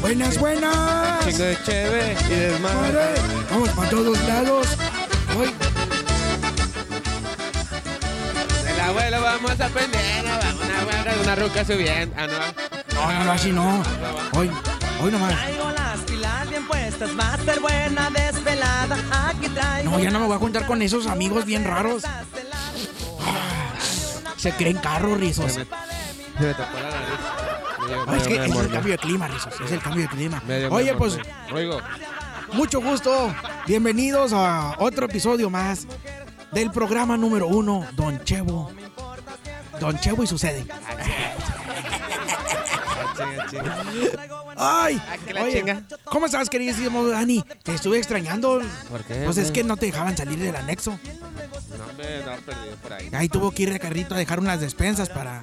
[SPEAKER 2] Buenas, buenas.
[SPEAKER 3] Chingo de chévere y desmadre.
[SPEAKER 2] Madre, Vamos para todos lados. Hoy
[SPEAKER 3] Del abuelo vamos a prender. Vamos a una, una ruca subiendo. Ah, no.
[SPEAKER 2] No, no, no, así no. Hoy, hoy nomás.
[SPEAKER 10] Traigo las pilas bien puestas, va a ser buena desvelada. Aquí traigo.
[SPEAKER 2] No, ya no me voy a juntar con esos amigos bien raros. Se creen carros, rizos.
[SPEAKER 3] Se me tapó la nariz. Me llegó-
[SPEAKER 2] Ah, es que
[SPEAKER 3] me
[SPEAKER 2] es el
[SPEAKER 3] mordió.
[SPEAKER 2] cambio de clima, rizos. Es el cambio de clima.
[SPEAKER 3] Me llegó-
[SPEAKER 2] Oye,
[SPEAKER 3] me
[SPEAKER 2] pues,
[SPEAKER 3] mordió. Oigo.
[SPEAKER 2] mucho gusto. Bienvenidos a otro episodio más del programa número uno, Don Chevo. Don Chevo y sucede. ¡Ay!
[SPEAKER 3] Ah, que la
[SPEAKER 2] Oye,
[SPEAKER 3] chinga.
[SPEAKER 2] ¿Cómo estás, queridísimo Dani? Te estuve extrañando.
[SPEAKER 3] ¿Por qué,
[SPEAKER 2] Pues es
[SPEAKER 3] güey?
[SPEAKER 2] que no te dejaban salir del anexo.
[SPEAKER 3] No, hombre, no, perdido por ahí.
[SPEAKER 2] Ahí tuvo que ir de carrito a dejar unas despensas para,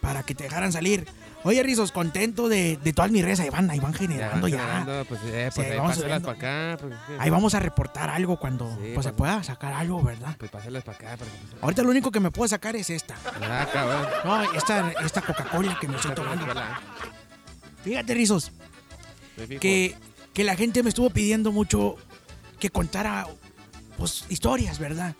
[SPEAKER 2] para que te dejaran salir. Oye, Rizos, contento de, de todas mis redes. Ahí van, ahí van generando ya.
[SPEAKER 3] Dando, pues, eh,
[SPEAKER 2] Sí,
[SPEAKER 3] pues ahí
[SPEAKER 2] vamos
[SPEAKER 3] pásalas
[SPEAKER 2] subiendo.
[SPEAKER 3] para acá. Pues, eh,
[SPEAKER 2] Ahí vamos a reportar algo cuando
[SPEAKER 3] Sí,
[SPEAKER 2] pues, se
[SPEAKER 3] cuando-
[SPEAKER 2] pueda sacar algo, ¿verdad?
[SPEAKER 3] pues pásalas para acá. pues, Para que...
[SPEAKER 2] Ahorita lo único que me puedo sacar es esta.
[SPEAKER 3] Ah, cabrón.
[SPEAKER 2] No, esta, esta Coca-Cola que me estoy tomando. Fíjate, Rizos,
[SPEAKER 3] Me fijo.
[SPEAKER 2] que, que la gente me estuvo pidiendo mucho que contara pues, historias, ¿verdad?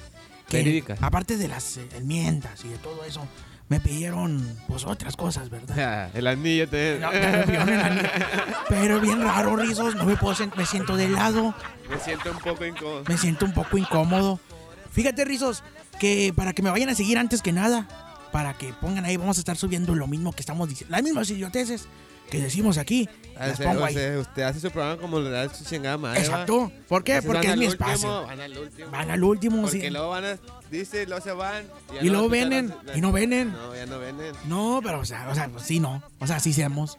[SPEAKER 2] Que,
[SPEAKER 3] Verídicas.
[SPEAKER 2] Aparte de las eh, enmiendas y de todo eso, me pidieron pues, otras cosas, ¿verdad?
[SPEAKER 3] Ah, El anillo te.
[SPEAKER 2] No, pero me pidieron el anillo. Pero bien raro, Rizos. No me puedo sen- me siento de lado,
[SPEAKER 3] Me siento un poco incómodo.
[SPEAKER 2] me siento un poco incómodo. Fíjate, Rizos, que para que me vayan a seguir antes que nada, para que pongan ahí, vamos a estar subiendo lo mismo que estamos diciendo, las mismas idioteces que decimos aquí,
[SPEAKER 3] Ah,
[SPEAKER 2] las
[SPEAKER 3] o sea,
[SPEAKER 2] pongo
[SPEAKER 3] o
[SPEAKER 2] ahí.
[SPEAKER 3] sea, usted hace su programa como le da su chingada madre. ¿va?
[SPEAKER 2] Exacto. ¿Por qué?
[SPEAKER 3] Entonces
[SPEAKER 2] Porque
[SPEAKER 3] van
[SPEAKER 2] es
[SPEAKER 3] al
[SPEAKER 2] mi
[SPEAKER 3] último,
[SPEAKER 2] espacio.
[SPEAKER 3] Van al último.
[SPEAKER 2] Van al último,
[SPEAKER 3] Porque
[SPEAKER 2] sí.
[SPEAKER 3] luego van a. Dice, luego se van. ya
[SPEAKER 2] Y luego
[SPEAKER 3] escucharon
[SPEAKER 2] vienen,
[SPEAKER 3] la-
[SPEAKER 2] y no vienen.
[SPEAKER 3] No, ya no vienen.
[SPEAKER 2] No, pero o sea, o sea, pues, sí, no. O sea, sí seamos.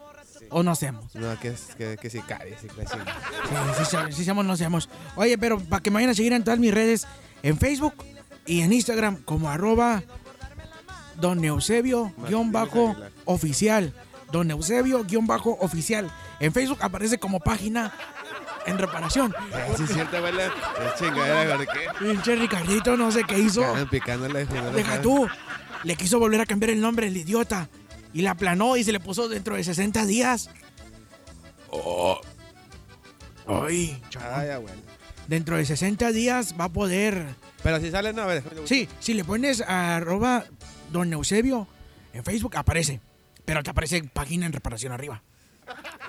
[SPEAKER 2] O no seamos.
[SPEAKER 3] Pues, No, que, es- que, que sí, cae, sí, que sí.
[SPEAKER 2] Sí, sí, se- sí seamos, no seamos. Oye, pero para que me vayan a seguir en todas mis redes, en Facebook y en Instagram, como arroba don Eusebio guión bajo
[SPEAKER 3] Aguilar.
[SPEAKER 2] oficial. Don Eusebio guión bajo oficial. En Facebook aparece como página en reparación.
[SPEAKER 3] Ah, Sí, es cierto, güey. la- la chingadera, ¿por qué?
[SPEAKER 2] Pinche Ricardito, no sé qué hizo.
[SPEAKER 3] Andan picándole. no lo
[SPEAKER 2] Deja
[SPEAKER 3] saben.
[SPEAKER 2] tú. Le quiso volver a cambiar el nombre, el idiota. Y la aplanó y se le puso dentro de 60 días. Oh. Ay, chaval.
[SPEAKER 3] Ay, abuelo.
[SPEAKER 2] Dentro de 60 días va a poder.
[SPEAKER 3] Pero si sale, no, a ver. déjame-
[SPEAKER 2] Sí, si le pones arroba don Eusebio en Facebook, aparece. Pero te aparece página en reparación arriba.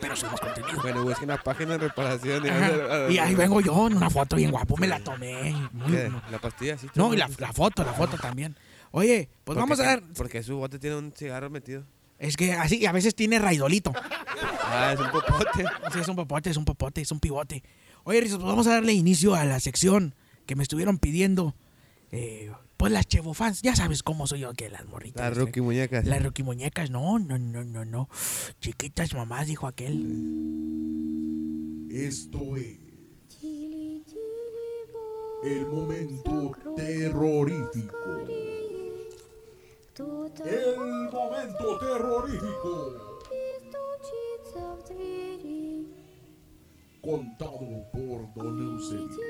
[SPEAKER 2] Pero somos contenido.
[SPEAKER 3] Bueno, busquen la página de reparación.
[SPEAKER 2] Ajá. Y ahí vengo yo en una foto bien guapo. Me la tomé. Muy-
[SPEAKER 3] ¿Qué? La pastilla, sí.
[SPEAKER 2] no, y
[SPEAKER 3] tú.
[SPEAKER 2] la, la foto, la foto también. Oye, pues
[SPEAKER 3] Porque
[SPEAKER 2] vamos a
[SPEAKER 3] sí,
[SPEAKER 2] ver.
[SPEAKER 3] Porque su bote tiene un cigarro metido.
[SPEAKER 2] Es que así, a veces tiene raidolito.
[SPEAKER 3] Ah, es un popote.
[SPEAKER 2] Sí, es un popote, es un popote, es un pivote. Oye, Rizos, pues vamos a darle inicio a la sección que me estuvieron pidiendo. eh, pues las chevofans, ya sabes cómo soy yo que las morritas. eh.
[SPEAKER 3] Las rookie muñecas.
[SPEAKER 2] Las rookie muñecas, no, no, no, no, no. Chiquitas mamás, dijo aquel.
[SPEAKER 9] Esto es el momento terrorífico. El momento terrorífico. Contado por Don Eusebio.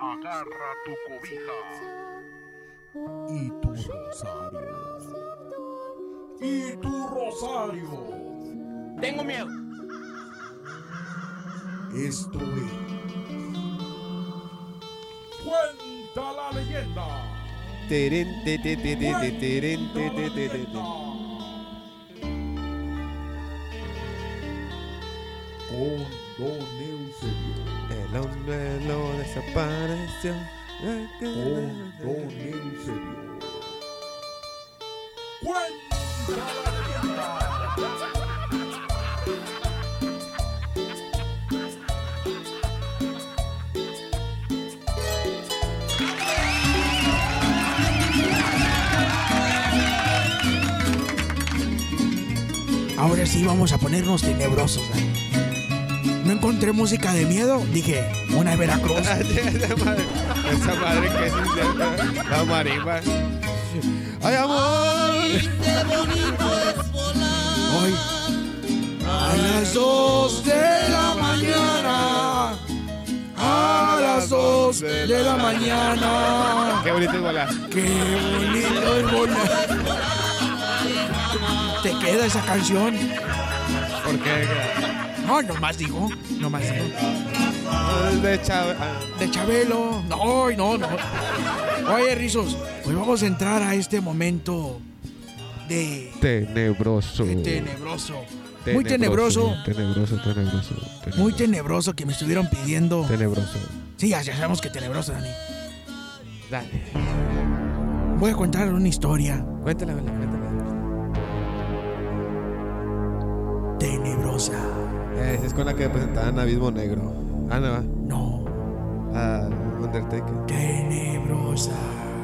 [SPEAKER 9] Agarra tu cobija y tu rosario. Y tu rosario.
[SPEAKER 10] Tengo miedo.
[SPEAKER 9] Esto es. Cuenta la leyenda
[SPEAKER 3] Teren, te, te, te, te, te, teren, te, te, te, te, te.
[SPEAKER 9] Con Don Eusebio.
[SPEAKER 3] El hombre lo desapareció.
[SPEAKER 2] Oh.
[SPEAKER 9] Con Don Eusebio. Cuenta la leyenda.
[SPEAKER 2] Ahora sí vamos a ponernos tenebrosos. ¿eh? No encontré música de miedo. Dije, una de Veracruz.
[SPEAKER 3] Esa madre, esa madre que es incierta, la marimba. Ay, amor.
[SPEAKER 2] Hoy. A las dos de la mañana. A las dos de la mañana.
[SPEAKER 3] Qué bonito igualar.
[SPEAKER 2] Qué bonito es volar. Te queda esa canción.
[SPEAKER 3] ¿Por qué?
[SPEAKER 2] No, nomás digo. Nomás digo.
[SPEAKER 3] De Chávez. ah,
[SPEAKER 2] De Chabelo. No, no, no. Oye, Rizos, pues vamos a entrar a este momento de,
[SPEAKER 3] Tenebroso.
[SPEAKER 2] de tenebroso. Muy tenebroso.
[SPEAKER 3] Tenebroso, tenebroso.
[SPEAKER 2] Muy tenebroso que me estuvieron pidiendo.
[SPEAKER 3] Tenebroso.
[SPEAKER 2] Sí, ya ya sabemos que tenebroso, Dani.
[SPEAKER 3] Dale.
[SPEAKER 2] Voy a contar una historia
[SPEAKER 3] Cuéntala, Bela, cuéntala.
[SPEAKER 2] tenebrosa.
[SPEAKER 3] Esa es con la que presentaban Abismo Negro. Ah, no, va.
[SPEAKER 2] No,
[SPEAKER 3] Ah, Undertaker.
[SPEAKER 2] tenebrosa.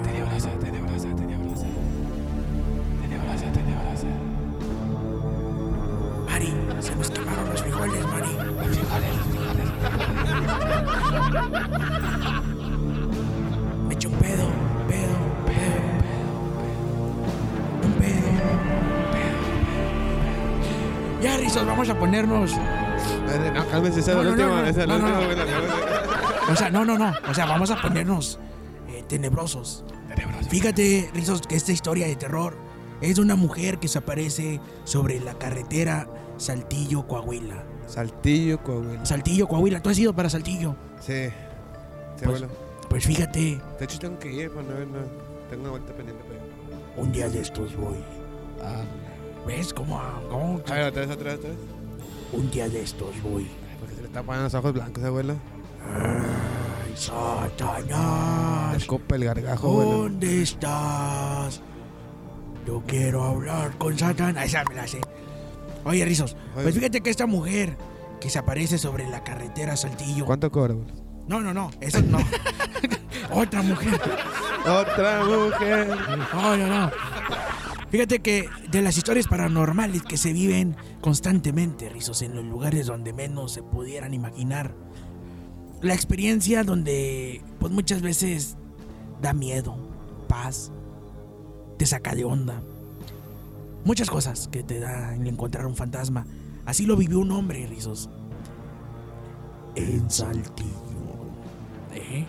[SPEAKER 3] Tenebrosa, tenebrosa, tenebrosa. Tenebrosa, tenebrosa.
[SPEAKER 2] Mari, se nos quemaron los frijoles, Mari. Me eché un pedo, pedo, pedo, pedo, pedo. Un pedo, pedo. Ya, Rizos, vamos a ponernos.
[SPEAKER 3] Eh, No, cálmense, esa es
[SPEAKER 2] No,
[SPEAKER 3] la
[SPEAKER 2] no, no,
[SPEAKER 3] última.
[SPEAKER 2] no,
[SPEAKER 3] Esa es
[SPEAKER 2] no, no,
[SPEAKER 3] la última.
[SPEAKER 2] no.
[SPEAKER 3] buena, buena.
[SPEAKER 2] O sea, no, no, no. O sea, vamos a ponernos eh, tenebrosos. Fíjate, Rizos, que esta historia de terror es de una mujer que se aparece sobre la carretera Saltillo, Coahuila.
[SPEAKER 3] Saltillo, Coahuila.
[SPEAKER 2] Saltillo, Coahuila. ¿Tú has ido para Saltillo?
[SPEAKER 3] Sí. Sí,
[SPEAKER 2] Pues-
[SPEAKER 3] abuelo.
[SPEAKER 2] Pues fíjate,
[SPEAKER 3] De hecho, tengo que ir, pues no, no. Tengo una vuelta pendiente para allá.
[SPEAKER 2] un día de estos voy. ¿Ves cómo? cómo-
[SPEAKER 3] Ah. A ver, otra vez, otra vez, otra vez.
[SPEAKER 2] Un día de estos voy.
[SPEAKER 3] Porque se le tapan los ojos blancos, abuelo.
[SPEAKER 2] Ay, Satanás,
[SPEAKER 3] Copa el gargajo,
[SPEAKER 2] Oh,
[SPEAKER 3] abuelo.
[SPEAKER 2] ¿dónde estás? Yo quiero hablar con Satanás. Esa me la sé. Oye, Rizos,
[SPEAKER 3] Oye.
[SPEAKER 2] pues fíjate que esta mujer que se aparece sobre la carretera Saltillo.
[SPEAKER 3] ¿Cuánto cobra, abuelo?
[SPEAKER 2] No, no, no, eso no. Otra mujer.
[SPEAKER 3] Otra mujer.
[SPEAKER 2] No, no, no. Fíjate que de las historias paranormales que se viven constantemente, Rizos, en los lugares donde menos se pudieran imaginar. La experiencia donde, pues muchas veces da miedo, paz, te saca de onda. Muchas cosas que te da el encontrar un fantasma. Así lo vivió un hombre, Rizos. En Saltillo. ¿Eh? ¿Eh?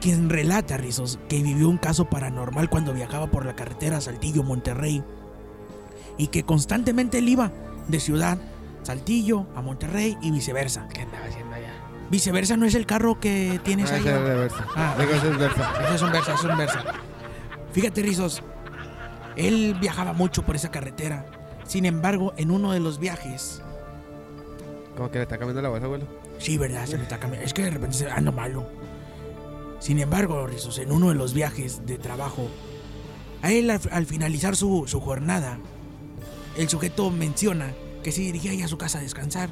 [SPEAKER 2] quien relata, Rizos, que vivió un caso paranormal cuando viajaba por la carretera Saltillo, Monterrey, y que constantemente él iba de ciudad Saltillo a Monterrey y viceversa. ¿Qué andaba haciendo allá? Viceversa no es el carro que tienes
[SPEAKER 3] Ah,
[SPEAKER 2] ahí.
[SPEAKER 3] ese es reversa.
[SPEAKER 2] Ah.
[SPEAKER 3] Digo, ese es versa.
[SPEAKER 2] Eso es un verso, eso es un verso. Fíjate, Rizos. Él viajaba mucho por esa carretera. Sin embargo, en uno de los viajes.
[SPEAKER 3] Como que le está cambiando la voz, abuelo.
[SPEAKER 2] Sí, verdad, se me está cambiando. Es que de repente se ando malo. Sin embargo, Rizos, en uno de los viajes de trabajo, a él al, al finalizar su, su jornada, el sujeto menciona que se dirigía ya a su casa a descansar,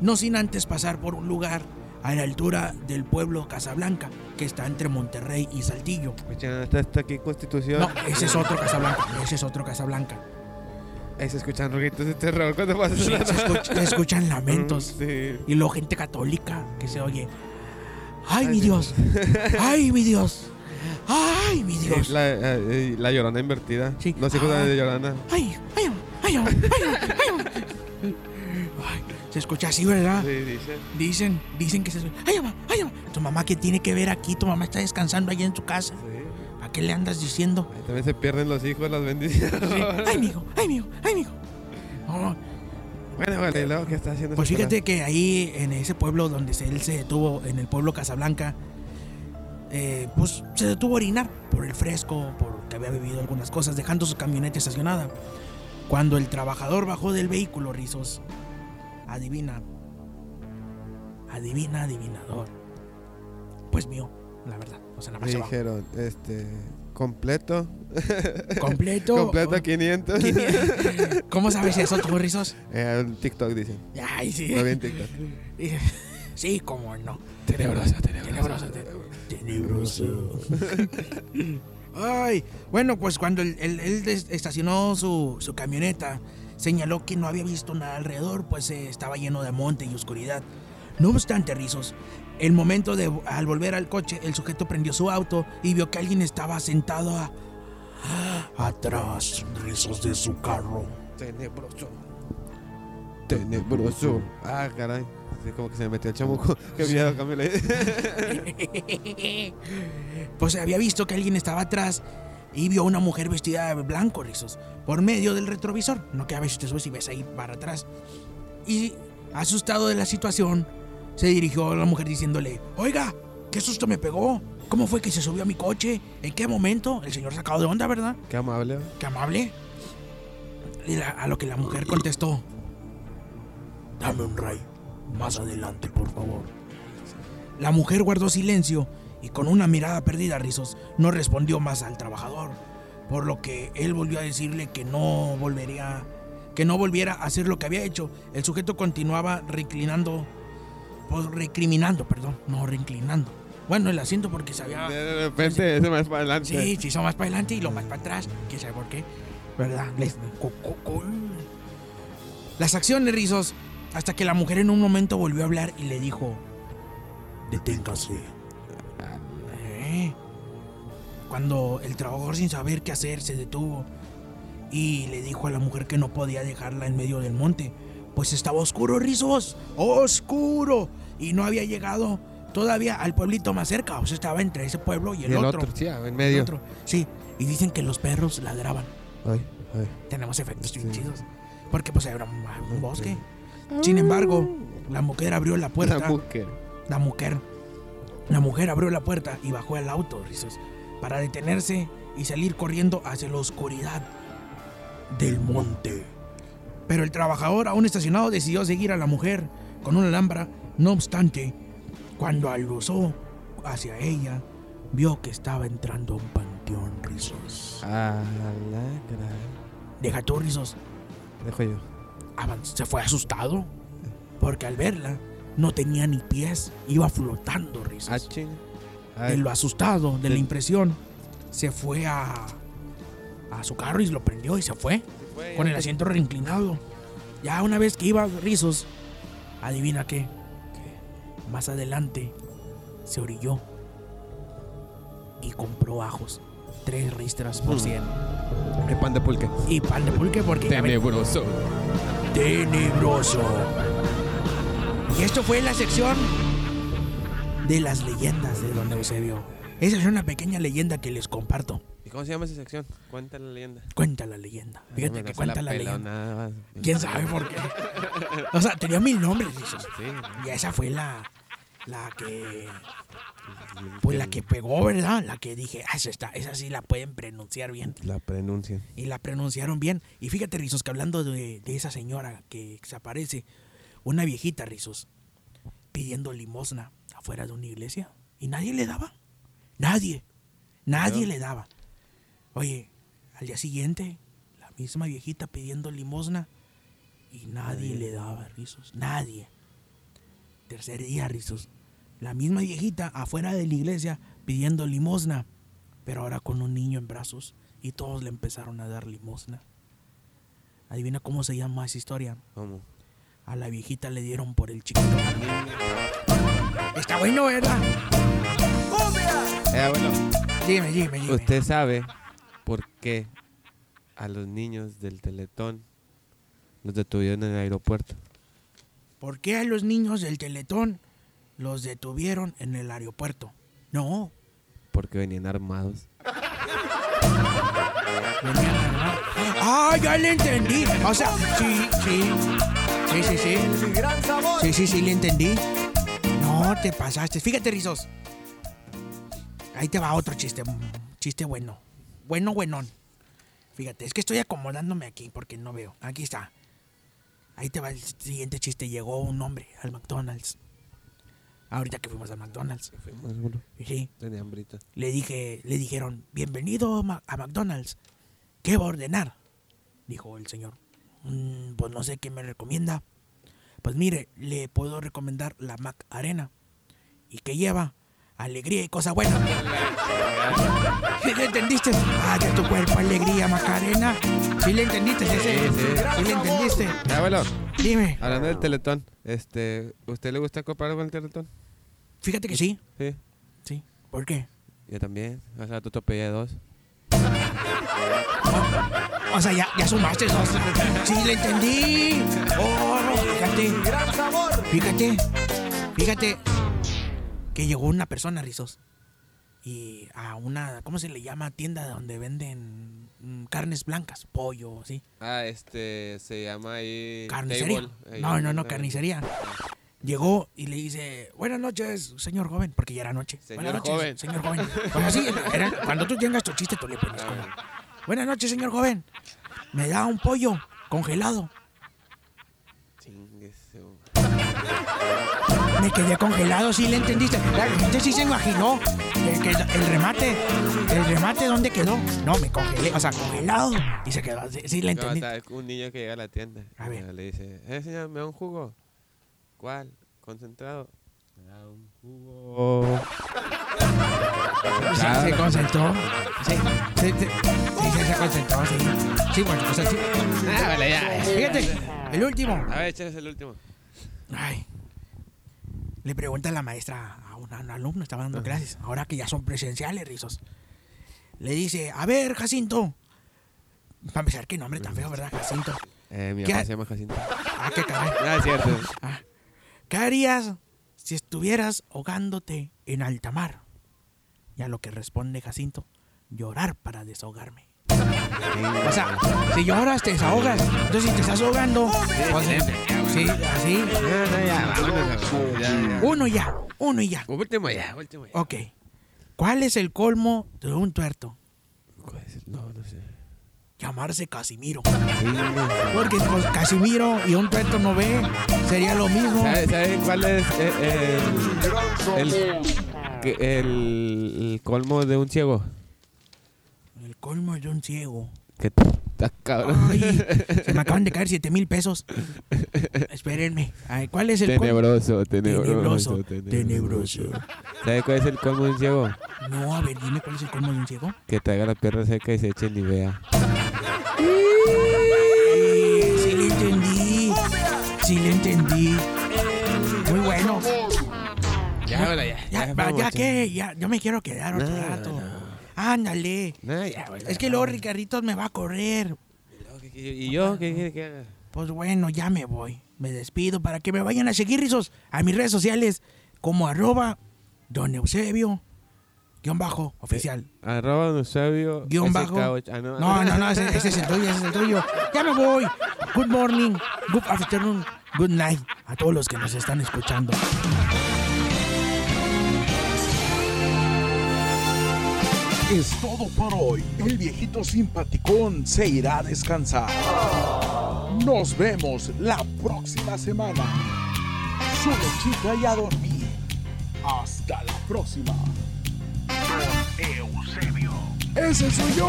[SPEAKER 2] no sin antes pasar por un lugar a la altura del pueblo Casablanca, que está entre Monterrey y Saltillo.
[SPEAKER 3] Oye, no, Está, está aquí en Constitución.
[SPEAKER 2] No, ese es otro Casablanca. Ese es otro Casablanca.
[SPEAKER 3] Ahí se escuchan ruidos de terror cuando pasa.
[SPEAKER 2] Se escucha- se escuchan lamentos.
[SPEAKER 3] Sí.
[SPEAKER 2] Y luego gente católica que se oye. ¡Ay, mi Dios! ¡Ay, mi Dios! ¡Ay, mi Dios!
[SPEAKER 3] La, eh, eh, la llorona invertida.
[SPEAKER 2] Sí.
[SPEAKER 3] Los hijos
[SPEAKER 2] Ah.
[SPEAKER 3] de llorona.
[SPEAKER 2] ¡Ay, ay, ay, ay, ay, ay! Ay, Se escucha así, ¿verdad?
[SPEAKER 3] Sí, dice.
[SPEAKER 2] Dicen, dicen que se escucha. ¡Ay, mamá! ¡Ay, mamá! Tu mamá, ¿qué tiene que ver aquí? Tu mamá está descansando allá en su casa.
[SPEAKER 3] Sí.
[SPEAKER 2] ¿A qué le andas diciendo?
[SPEAKER 3] Ahí También se pierden los hijos, las bendiciones.
[SPEAKER 2] Sí. ¡Ay, mijo! ¡Ay, mijo! ¡Ay, mijo! No,
[SPEAKER 3] Bueno, bueno, y luego, ¿qué está haciendo?
[SPEAKER 2] Pues
[SPEAKER 3] esa
[SPEAKER 2] fíjate que ahí en ese pueblo donde se- él se detuvo, en el pueblo Casablanca, eh, pues se detuvo a orinar por el fresco, porque había bebido algunas cosas, dejando su camioneta estacionada. Cuando el trabajador bajó del vehículo, Rizos, adivina, adivina, adivinador. Pues mío, la verdad. O sea, nada más se bajó.
[SPEAKER 3] Dijeron, este. Completo.
[SPEAKER 2] Completo.
[SPEAKER 3] Completo
[SPEAKER 2] oh,
[SPEAKER 3] 500.
[SPEAKER 2] ¿quién- ¿Cómo sabes eso, tú, Rizos?
[SPEAKER 3] Eh, un TikTok dicen.
[SPEAKER 2] Ay, sí.
[SPEAKER 3] Lo vi en TikTok.
[SPEAKER 2] Sí, cómo no.
[SPEAKER 8] Tenebroso,
[SPEAKER 2] tenebroso. Tenebroso. Ay, bueno, pues cuando él, él- él des- estacionó su, su camioneta, señaló que no había visto nada alrededor, pues eh, estaba lleno de monte y oscuridad. No obstante, Rizos, el momento de al volver al coche, el sujeto prendió su auto y vio que alguien estaba sentado a- atrás, Rizos, de su carro.
[SPEAKER 3] Tenebroso. Tenebroso. Ah, caray. Sí, como que se me metió el chamuco. Qué miedo, cámbiale.
[SPEAKER 2] Pues había visto que alguien estaba atrás y vio a una mujer vestida de blanco, rizos, por medio del retrovisor. No que a veces te subes y ves ahí para atrás. Y asustado de la situación, se dirigió a la mujer diciéndole, oiga, qué susto me pegó. ¿Cómo fue que se subió a mi coche? ¿En qué momento? El señor sacado de onda, ¿verdad?
[SPEAKER 3] Qué amable.
[SPEAKER 2] Qué amable. Y la- a lo que la mujer contestó, dame un ray. Más adelante, por favor. La mujer guardó silencio y con una mirada perdida, Rizos, no respondió más al trabajador, por lo que él volvió a decirle que no volvería, que no volviera a hacer lo que había hecho. El sujeto continuaba reclinando, pues recriminando, perdón, no reclinando. Bueno, el asiento porque se había
[SPEAKER 3] De repente, ese más para adelante.
[SPEAKER 2] Ah. Sí, se hizo más para adelante y lo más para atrás. ¿Quién sabe por qué? ¿Verdad? Les- cu- cu- cu- Las acciones, Rizos, hasta que la mujer en un momento volvió a hablar y le dijo... Deténgase. Eh. Cuando el trabajador sin saber qué hacer se detuvo y le dijo a la mujer que no podía dejarla en medio del monte, pues estaba oscuro, Rizos, oscuro, y no había llegado todavía al pueblito más cerca, o sea, estaba entre ese pueblo y el, otro.
[SPEAKER 3] Sí, ah, en
[SPEAKER 2] El
[SPEAKER 3] medio.
[SPEAKER 2] otro. Sí, y dicen que los perros ladraban.
[SPEAKER 3] Ay, ay.
[SPEAKER 2] Tenemos efectos bien
[SPEAKER 3] Sí.
[SPEAKER 2] chidos. Porque pues era un, un bosque. Sin embargo, la mujer abrió la puerta.
[SPEAKER 3] La mujer.
[SPEAKER 2] La mujer. La mujer abrió la puerta y bajó al auto, Rizos, para detenerse y salir corriendo hacia la oscuridad del monte. Pero el trabajador, aún estacionado, decidió seguir a la mujer con una alhambra. No obstante, cuando aluzó hacia ella, vio que estaba entrando a un panteón, Rizos.
[SPEAKER 3] Ah, la gran.
[SPEAKER 2] Deja tú, Rizos.
[SPEAKER 3] Dejo yo.
[SPEAKER 2] avanz- se fue asustado porque al verla no tenía ni pies, iba flotando
[SPEAKER 3] Ah,
[SPEAKER 2] risas.
[SPEAKER 3] ching.
[SPEAKER 2] De
[SPEAKER 3] Ay,
[SPEAKER 2] lo asustado, de la
[SPEAKER 3] Sí.
[SPEAKER 2] impresión, se fue a, a su carro y lo prendió y se fue
[SPEAKER 3] güey,
[SPEAKER 2] con el
[SPEAKER 3] ya te-
[SPEAKER 2] asiento reinclinado. Ya una vez que iba Rizos, adivina qué. Más adelante se orilló y compró ajos. Tres ristras
[SPEAKER 3] Mm.
[SPEAKER 2] por cien.
[SPEAKER 3] El pan de pulque.
[SPEAKER 2] Y pan de pulque porque ya ven-
[SPEAKER 3] Tenebroso.
[SPEAKER 2] tenebroso. Y esto fue la sección de las leyendas de Don Eusebio. Esa es una pequeña leyenda que les comparto.
[SPEAKER 3] ¿Y cómo se llama esa sección? Cuenta la leyenda.
[SPEAKER 2] Cuenta la leyenda. Fíjate
[SPEAKER 3] No me
[SPEAKER 2] que
[SPEAKER 3] se
[SPEAKER 2] cuenta la,
[SPEAKER 3] peló
[SPEAKER 2] leyenda.
[SPEAKER 3] nada más.
[SPEAKER 2] ¿Quién sabe por qué? O sea, tenía mil nombres. dices.
[SPEAKER 3] Sí.
[SPEAKER 2] Y esa fue la, la que... Pues la que pegó, ¿verdad? La que dije, ah, esa, está, esa sí la pueden pronunciar bien.
[SPEAKER 3] La pronuncian.
[SPEAKER 2] y la pronunciaron bien. Y fíjate, Rizos, que hablando de, de esa señora que se aparece, una viejita, Rizos, pidiendo limosna afuera de una iglesia. Y nadie le daba. Nadie. Nadie
[SPEAKER 3] Claro.
[SPEAKER 2] le daba. Oye, al día siguiente, la misma viejita pidiendo limosna y nadie, le daba, Rizos. Nadie. Tercer día, Rizos. La misma viejita afuera de la iglesia pidiendo limosna, pero ahora con un niño en brazos y todos le empezaron a dar limosna. Adivina cómo se llama esa historia.
[SPEAKER 3] ¿Cómo?
[SPEAKER 2] A la viejita le dieron por el chiquito. Está bueno, ¿verdad? Ah,
[SPEAKER 3] Eh, bueno.
[SPEAKER 2] Dime, dime, dime.
[SPEAKER 3] ¿Usted sabe por qué a los niños del Teletón los detuvieron en el aeropuerto?
[SPEAKER 2] ¿Por qué a los niños del Teletón los detuvieron en el aeropuerto? No,
[SPEAKER 3] Porque venían armados.
[SPEAKER 2] venían armados. Ah, ya le entendí. O sea, sí, sí. Sí, sí, sí.
[SPEAKER 10] gran sabor.
[SPEAKER 2] Sí, sí, sí, le entendí. No te pasaste. Fíjate, Rizos. Ahí te va otro chiste, chiste bueno. Bueno, buenón. Fíjate, es que estoy acomodándome aquí porque no veo. Aquí está. Ahí te va el siguiente chiste. Llegó un hombre al McDonald's. Ahorita que fuimos al McDonald's. Sí.
[SPEAKER 3] Tenía hambrita.
[SPEAKER 2] Le dije, le dijeron, bienvenido Ma- a McDonald's. ¿Qué va a ordenar? Dijo el señor. "Mm, pues no sé qué me recomienda. Pues mire, le puedo recomendar la Mac Arena. Y que lleva alegría y cosa buena. ¿Sí le entendiste? Ah, de tu cuerpo alegría, Macarena. ¿Sí le entendiste? Sí, sí,
[SPEAKER 3] Sí, sí.
[SPEAKER 2] ¿Sí le entendiste? Ah.
[SPEAKER 3] Ya, abuelo,
[SPEAKER 2] Dime.
[SPEAKER 3] hablando del teletón, este, ¿usted le gusta cooperar con el teletón?
[SPEAKER 2] Fíjate que sí.
[SPEAKER 3] Sí.
[SPEAKER 2] Sí. ¿Por qué?
[SPEAKER 3] Yo también. O sea, tú topé dos.
[SPEAKER 2] O sea, ya, ya sumaste dos. Sí, le entendí. Oh, fíjate. Fíjate. Fíjate. Que llegó una persona, Rizos. Y a una, ¿cómo se le llama? Tienda donde venden mm, carnes blancas, pollo, sí.
[SPEAKER 3] Ah, este, se llama ahí...
[SPEAKER 2] Carnicería.
[SPEAKER 3] Eh, table. Ahí,
[SPEAKER 2] No, no, no,
[SPEAKER 3] ahí.
[SPEAKER 2] carnicería. Llegó y le dice, buenas noches, señor joven, porque ya era noche.
[SPEAKER 3] Señor
[SPEAKER 2] buenas noches,
[SPEAKER 3] joven.
[SPEAKER 2] Señor joven. Bueno, sí, era- cuando tú tengas tu chiste, tú le pones como, buenas noches, señor joven. Me da un pollo congelado.
[SPEAKER 3] Chingue su-
[SPEAKER 2] Me quedé congelado, sí le entendiste. La gente sí se imaginó el, que- el remate. El remate, ¿dónde quedó? No, me congelé, o sea, congelado. Y se quedó, así, sí le
[SPEAKER 3] No,
[SPEAKER 2] entendí.
[SPEAKER 3] está un niño que llega a la tienda.
[SPEAKER 2] A
[SPEAKER 3] y
[SPEAKER 2] ver.
[SPEAKER 3] Le dice, eh, señor, ¿me da un jugo? ¿Cuál? ¿Concentrado? Me da un jugo...
[SPEAKER 2] Sí, se concentró. Sí, sí, sí, sí, sí, se concentró, sí. Sí, bueno, o sea, sí. Ah, vale, ya. Fíjate, el último.
[SPEAKER 3] A ver, échales el último.
[SPEAKER 2] Ay. Le pregunta la maestra a un, a un alumno, estaba dando clases, ahora que ya son presenciales, rizos. Le dice, a ver, Jacinto. Para empezar, qué nombre tan feo, ¿verdad, Jacinto?
[SPEAKER 3] Eh, mi
[SPEAKER 2] ¿Qué?
[SPEAKER 3] papá se llama Jacinto.
[SPEAKER 2] Ah, qué caray.
[SPEAKER 3] No, es cierto.
[SPEAKER 2] Ah. ¿Qué harías si estuvieras ahogándote en alta mar? Y a lo que responde Jacinto, llorar para desahogarme. O sea, si lloras, te desahogas. Entonces, si te estás ahogando, pues, sí, así.
[SPEAKER 3] ya, vámonos. Ya, ya.
[SPEAKER 2] Uno ya, uno y ya.
[SPEAKER 3] Último ya, último ya.
[SPEAKER 2] Ok. ¿Cuál es el colmo de un tuerto?
[SPEAKER 3] Oh, ¿Cuál es el- No, no sé.
[SPEAKER 2] Llamarse Casimiro. Porque pues, Casimiro y un tuerto no ve, sería lo mismo.
[SPEAKER 3] ¿Sabe, sabe cuál es eh, eh, el, el, que- el- el colmo de un ciego?
[SPEAKER 2] El colmo de un ciego.
[SPEAKER 3] Que t- está cabrón.
[SPEAKER 2] Ay, se me acaban de caer 7 mil pesos. Espérenme. A ver, ¿Cuál es el colmo?
[SPEAKER 3] Tenebroso, tenebroso,
[SPEAKER 2] Tenebroso, tenebroso.
[SPEAKER 3] ¿Sabe cuál es el colmo de un ciego?
[SPEAKER 2] No, a ver, dime cuál es el colmo de un ciego.
[SPEAKER 3] Que traiga la pierna seca y se eche ni vea.
[SPEAKER 2] Sí, sí le entendí. Sí le entendí. Muy bueno.
[SPEAKER 3] Ya, hola, ya.
[SPEAKER 2] Ya, va, ya
[SPEAKER 3] eh.
[SPEAKER 2] que, ya, yo me quiero quedar otro rato. Ándale.
[SPEAKER 3] No, ya, hola.
[SPEAKER 2] Es que luego Ricarritos me va a correr.
[SPEAKER 3] ¿Y yo qué quiere que haga?
[SPEAKER 2] Pues bueno, ya me voy. Me despido para que me vayan a seguir, Rizos, a mis redes sociales como arroba don Eusebio, guión bajo, oficial.
[SPEAKER 3] Arroba un sabio.
[SPEAKER 2] Guión bajo.
[SPEAKER 3] Eh, Ah, no.
[SPEAKER 2] No, no, no, ese, ese es el tuyo, ese es el tuyo. Ya me voy. Good morning, good afternoon, good night a todos los que nos están escuchando.
[SPEAKER 1] Es todo por hoy. El viejito simpaticón se irá a descansar. Nos vemos la próxima semana. Solo chica y a dormir. Hasta la próxima. Eusebio. Ese soy yo.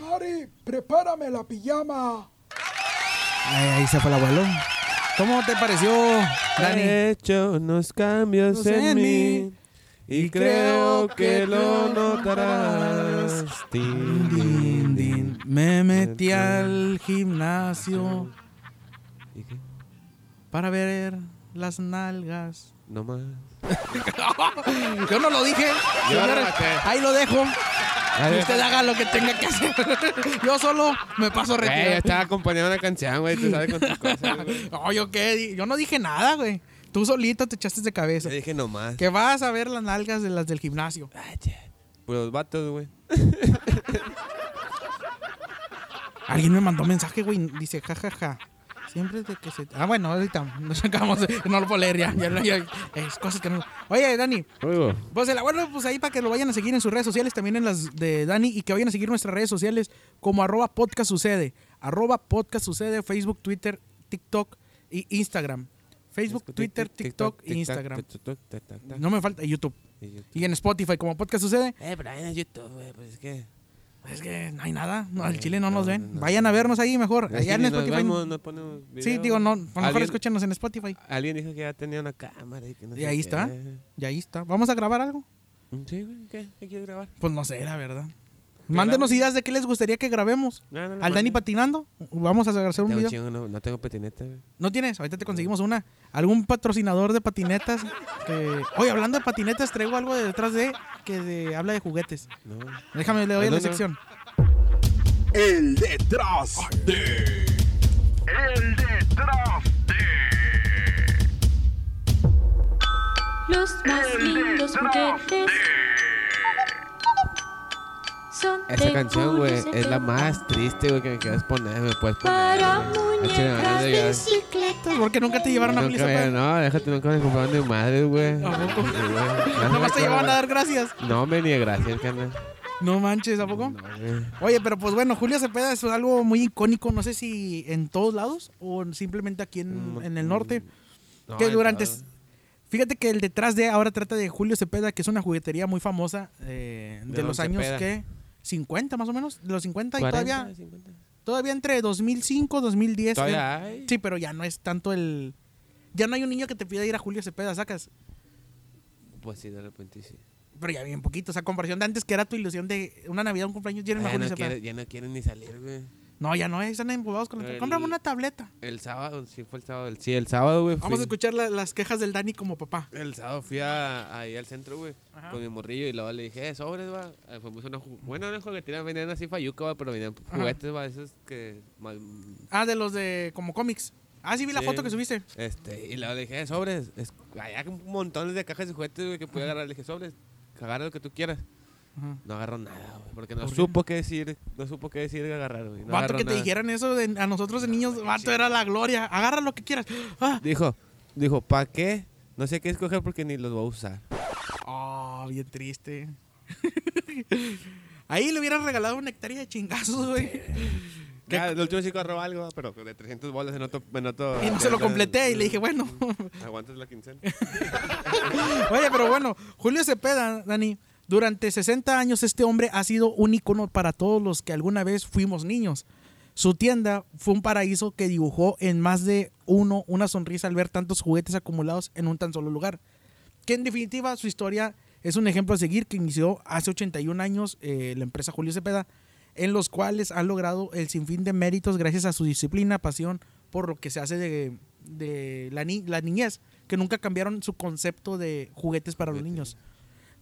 [SPEAKER 1] Mari, prepárame la pijama.
[SPEAKER 2] Ahí, ahí se fue el abuelo. ¿Cómo te pareció, Dani?
[SPEAKER 3] He hecho unos cambios
[SPEAKER 2] Pues en
[SPEAKER 3] en mí
[SPEAKER 2] mí.
[SPEAKER 3] y
[SPEAKER 2] Y creo
[SPEAKER 3] creo que
[SPEAKER 2] que
[SPEAKER 3] lo
[SPEAKER 2] lo
[SPEAKER 3] notarás. Tin,
[SPEAKER 2] Din, din. Me metí al gimnasio
[SPEAKER 3] ¿Y qué?
[SPEAKER 2] para ver las nalgas.
[SPEAKER 3] No más.
[SPEAKER 2] Yo no lo dije.
[SPEAKER 3] Yo
[SPEAKER 2] señores.
[SPEAKER 3] lo maté.
[SPEAKER 2] ahí lo dejo.
[SPEAKER 3] ver.
[SPEAKER 2] Que usted haga lo que tenga que hacer. Yo solo me paso
[SPEAKER 3] Güey, yo
[SPEAKER 2] retirado.
[SPEAKER 3] estaba acompañando una canción, güey. Tú sabes con tus cosas. güey.
[SPEAKER 2] No, yo qué. di- Yo no dije nada, güey. Tú solito te echaste de cabeza.
[SPEAKER 3] Yo dije no más.
[SPEAKER 2] Que vas a ver las nalgas de las del gimnasio.
[SPEAKER 3] Puros Pues vatos, güey.
[SPEAKER 2] Alguien me mandó mensaje, güey. Dice, jajaja. Ja, ja. Siempre de que se. Ah, bueno, ahorita nos sacamos. No lo puedo leer ya. ya, ya es cosas que no. Oye, Dani.
[SPEAKER 3] Oigo.
[SPEAKER 2] Pues el abuelo, pues ahí para que lo vayan a seguir en sus redes sociales, también en las de Dani, y que vayan a seguir nuestras redes sociales como arroba podcast sucede. Arroba podcast sucede, Facebook, Twitter, TikTok y Instagram. Facebook,
[SPEAKER 3] Este,
[SPEAKER 2] Twitter, TikTok e Instagram. No me falta y YouTube.
[SPEAKER 3] Y YouTube.
[SPEAKER 2] Y en Spotify, como podcast sucede.
[SPEAKER 3] Eh, pero ahí en YouTube, güey, pues es que.
[SPEAKER 2] Es que no hay nada. No, al
[SPEAKER 3] Eh,
[SPEAKER 2] Chile no,
[SPEAKER 3] no,
[SPEAKER 2] nos
[SPEAKER 3] no,
[SPEAKER 2] ven.
[SPEAKER 3] no.
[SPEAKER 2] Vayan a vernos ahí mejor.
[SPEAKER 3] Es que
[SPEAKER 2] Allá en
[SPEAKER 3] ni nos
[SPEAKER 2] Spotify.
[SPEAKER 3] vamos, no ponemos
[SPEAKER 2] sí,
[SPEAKER 3] video.
[SPEAKER 2] digo, no, a lo mejor
[SPEAKER 3] Alguien- Ah,
[SPEAKER 2] escúchenos en Spotify.
[SPEAKER 3] Alguien dijo que ya tenía una cámara y que no
[SPEAKER 2] Y
[SPEAKER 3] sé
[SPEAKER 2] ahí
[SPEAKER 3] qué.
[SPEAKER 2] está. Y ahí está. ¿Vamos a grabar algo?
[SPEAKER 3] Sí, güey, ¿qué? ¿Qué quieres grabar?
[SPEAKER 2] Pues no sé, la verdad. Mándenos ideas de qué les gustaría que grabemos.
[SPEAKER 3] No, no, no,
[SPEAKER 2] Al Dani
[SPEAKER 3] mande.
[SPEAKER 2] patinando. Vamos a hacer un
[SPEAKER 3] Tengo un
[SPEAKER 2] video.
[SPEAKER 3] chingo, no, no tengo patineta, güey.
[SPEAKER 2] ¿No tienes? Ahorita te conseguimos una. ¿Algún patrocinador de patinetas? Que... Oye, hablando de patinetas, traigo algo de detrás de que de- habla de juguetes.
[SPEAKER 3] No.
[SPEAKER 2] Déjame, le doy a la
[SPEAKER 3] No, no.
[SPEAKER 2] sección.
[SPEAKER 11] El detrás de.
[SPEAKER 1] El detrás de.
[SPEAKER 12] Los más
[SPEAKER 1] El
[SPEAKER 12] lindos
[SPEAKER 1] detrás
[SPEAKER 12] juguetes son
[SPEAKER 3] Esa
[SPEAKER 12] de
[SPEAKER 3] canción, güey,
[SPEAKER 12] puros
[SPEAKER 3] es la
[SPEAKER 12] efectos
[SPEAKER 3] más triste, güey, que me quieres poner. Me puedes poner.
[SPEAKER 12] Para
[SPEAKER 3] Al chile, me van
[SPEAKER 12] muñecas
[SPEAKER 3] a
[SPEAKER 12] de
[SPEAKER 3] llegar.
[SPEAKER 12] bicicleta.
[SPEAKER 2] ¿Por qué nunca te llevaron a
[SPEAKER 3] Nunca me-
[SPEAKER 2] Melissa?
[SPEAKER 3] no, déjate, nunca me compraron de madre, güey.
[SPEAKER 2] ¿A poco?
[SPEAKER 3] Sí, güey. No,
[SPEAKER 2] Nomás te
[SPEAKER 3] güey,
[SPEAKER 2] llevaban a
[SPEAKER 3] no,
[SPEAKER 2] dar gracias.
[SPEAKER 3] No, me ni de gracias, carnal.
[SPEAKER 2] No manches, ¿a poco?
[SPEAKER 3] No, güey.
[SPEAKER 2] Oye, pero pues bueno, Julio Cepeda es algo muy icónico, no sé si en todos lados o simplemente aquí en,
[SPEAKER 3] Mm,
[SPEAKER 2] en el norte.
[SPEAKER 3] No,
[SPEAKER 2] que
[SPEAKER 3] en
[SPEAKER 2] durante...
[SPEAKER 3] todo.
[SPEAKER 2] Fíjate que el detrás de ahora trata de Julio Cepeda, que es una juguetería muy famosa eh, de,
[SPEAKER 3] De
[SPEAKER 2] los
[SPEAKER 3] Don
[SPEAKER 2] años
[SPEAKER 3] Cepeda.
[SPEAKER 2] que... 50 más o menos, de los 50
[SPEAKER 3] 40,
[SPEAKER 2] y todavía,
[SPEAKER 3] 50.
[SPEAKER 2] todavía entre 2005, 2010. eh,
[SPEAKER 3] Todavía hay.
[SPEAKER 2] Sí, pero ya no es tanto el... Ya no hay un niño que te pida ir a Julio Cepeda, sacas.
[SPEAKER 3] Pues sí, de repente sí.
[SPEAKER 2] Pero ya bien poquito, o sea, comparación de antes que era tu ilusión de una Navidad, un cumpleaños, lleno a
[SPEAKER 3] Ah, Ya
[SPEAKER 2] Julio
[SPEAKER 3] no,
[SPEAKER 2] Cepeda.
[SPEAKER 3] quieren, ya no quieren ni salir, güey.
[SPEAKER 2] No, ya no, eh, están embobados con la...
[SPEAKER 3] El-
[SPEAKER 2] Cómprame una tableta.
[SPEAKER 3] El sábado, sí, fue el sábado. el- Sí, el sábado, güey.
[SPEAKER 2] Vamos a
[SPEAKER 3] fui-
[SPEAKER 2] escuchar la- las quejas del Dani como papá.
[SPEAKER 3] El sábado fui a, ahí al centro, güey,
[SPEAKER 2] Ajá.
[SPEAKER 3] con mi morrillo y luego le dije, eh, sobres, va. Eh, Fuimos a una ju- bueno, una juguetería, venían así fayuca, va, pero venían juguetes, va, esos que... mal-
[SPEAKER 2] Ah, de los de como cómics. Ah, sí, vi la
[SPEAKER 3] Sí.
[SPEAKER 2] foto que subiste.
[SPEAKER 3] Este, y luego le dije, eh, sobres, es, allá hay montones de cajas de juguetes, güey, que podía agarrar. Le dije, sobres, agarra lo que tú quieras.
[SPEAKER 2] Ajá.
[SPEAKER 3] No agarró nada, güey, porque no
[SPEAKER 2] ¿Por qué?
[SPEAKER 3] supo qué decir, no supo qué decir de agarrar, güey. No
[SPEAKER 2] vato,
[SPEAKER 3] agarró
[SPEAKER 2] que te
[SPEAKER 3] nada.
[SPEAKER 2] dijeran eso de- a nosotros de niños, vato, era la gloria. Agarra lo que quieras. Ah,
[SPEAKER 3] Dijo, dijo, ¿pa' qué? No sé qué escoger porque ni los voy a usar.
[SPEAKER 2] Oh, bien triste. Ahí le hubieran regalado una hectárea de chingazos, güey.
[SPEAKER 3] Ya, el último chico robó algo, pero de 300 bolas en otro... En otro
[SPEAKER 2] Y se lo completé y le dije, bueno.
[SPEAKER 3] Aguantas la quincena.
[SPEAKER 2] Oye, pero bueno, Julio Cepeda, Dani, durante 60 años este hombre ha sido un icono para todos los que alguna vez fuimos niños. Su tienda fue un paraíso que dibujó en más de uno una sonrisa al ver tantos juguetes acumulados en un tan solo lugar. Que en definitiva su historia es un ejemplo a seguir que inició hace 81 años eh, la empresa Julio Cepeda, en los cuales ha logrado el sinfín de méritos gracias a su disciplina, pasión por lo que se hace de, de la, ni- la niñez, que nunca cambiaron su concepto de juguetes para los niños.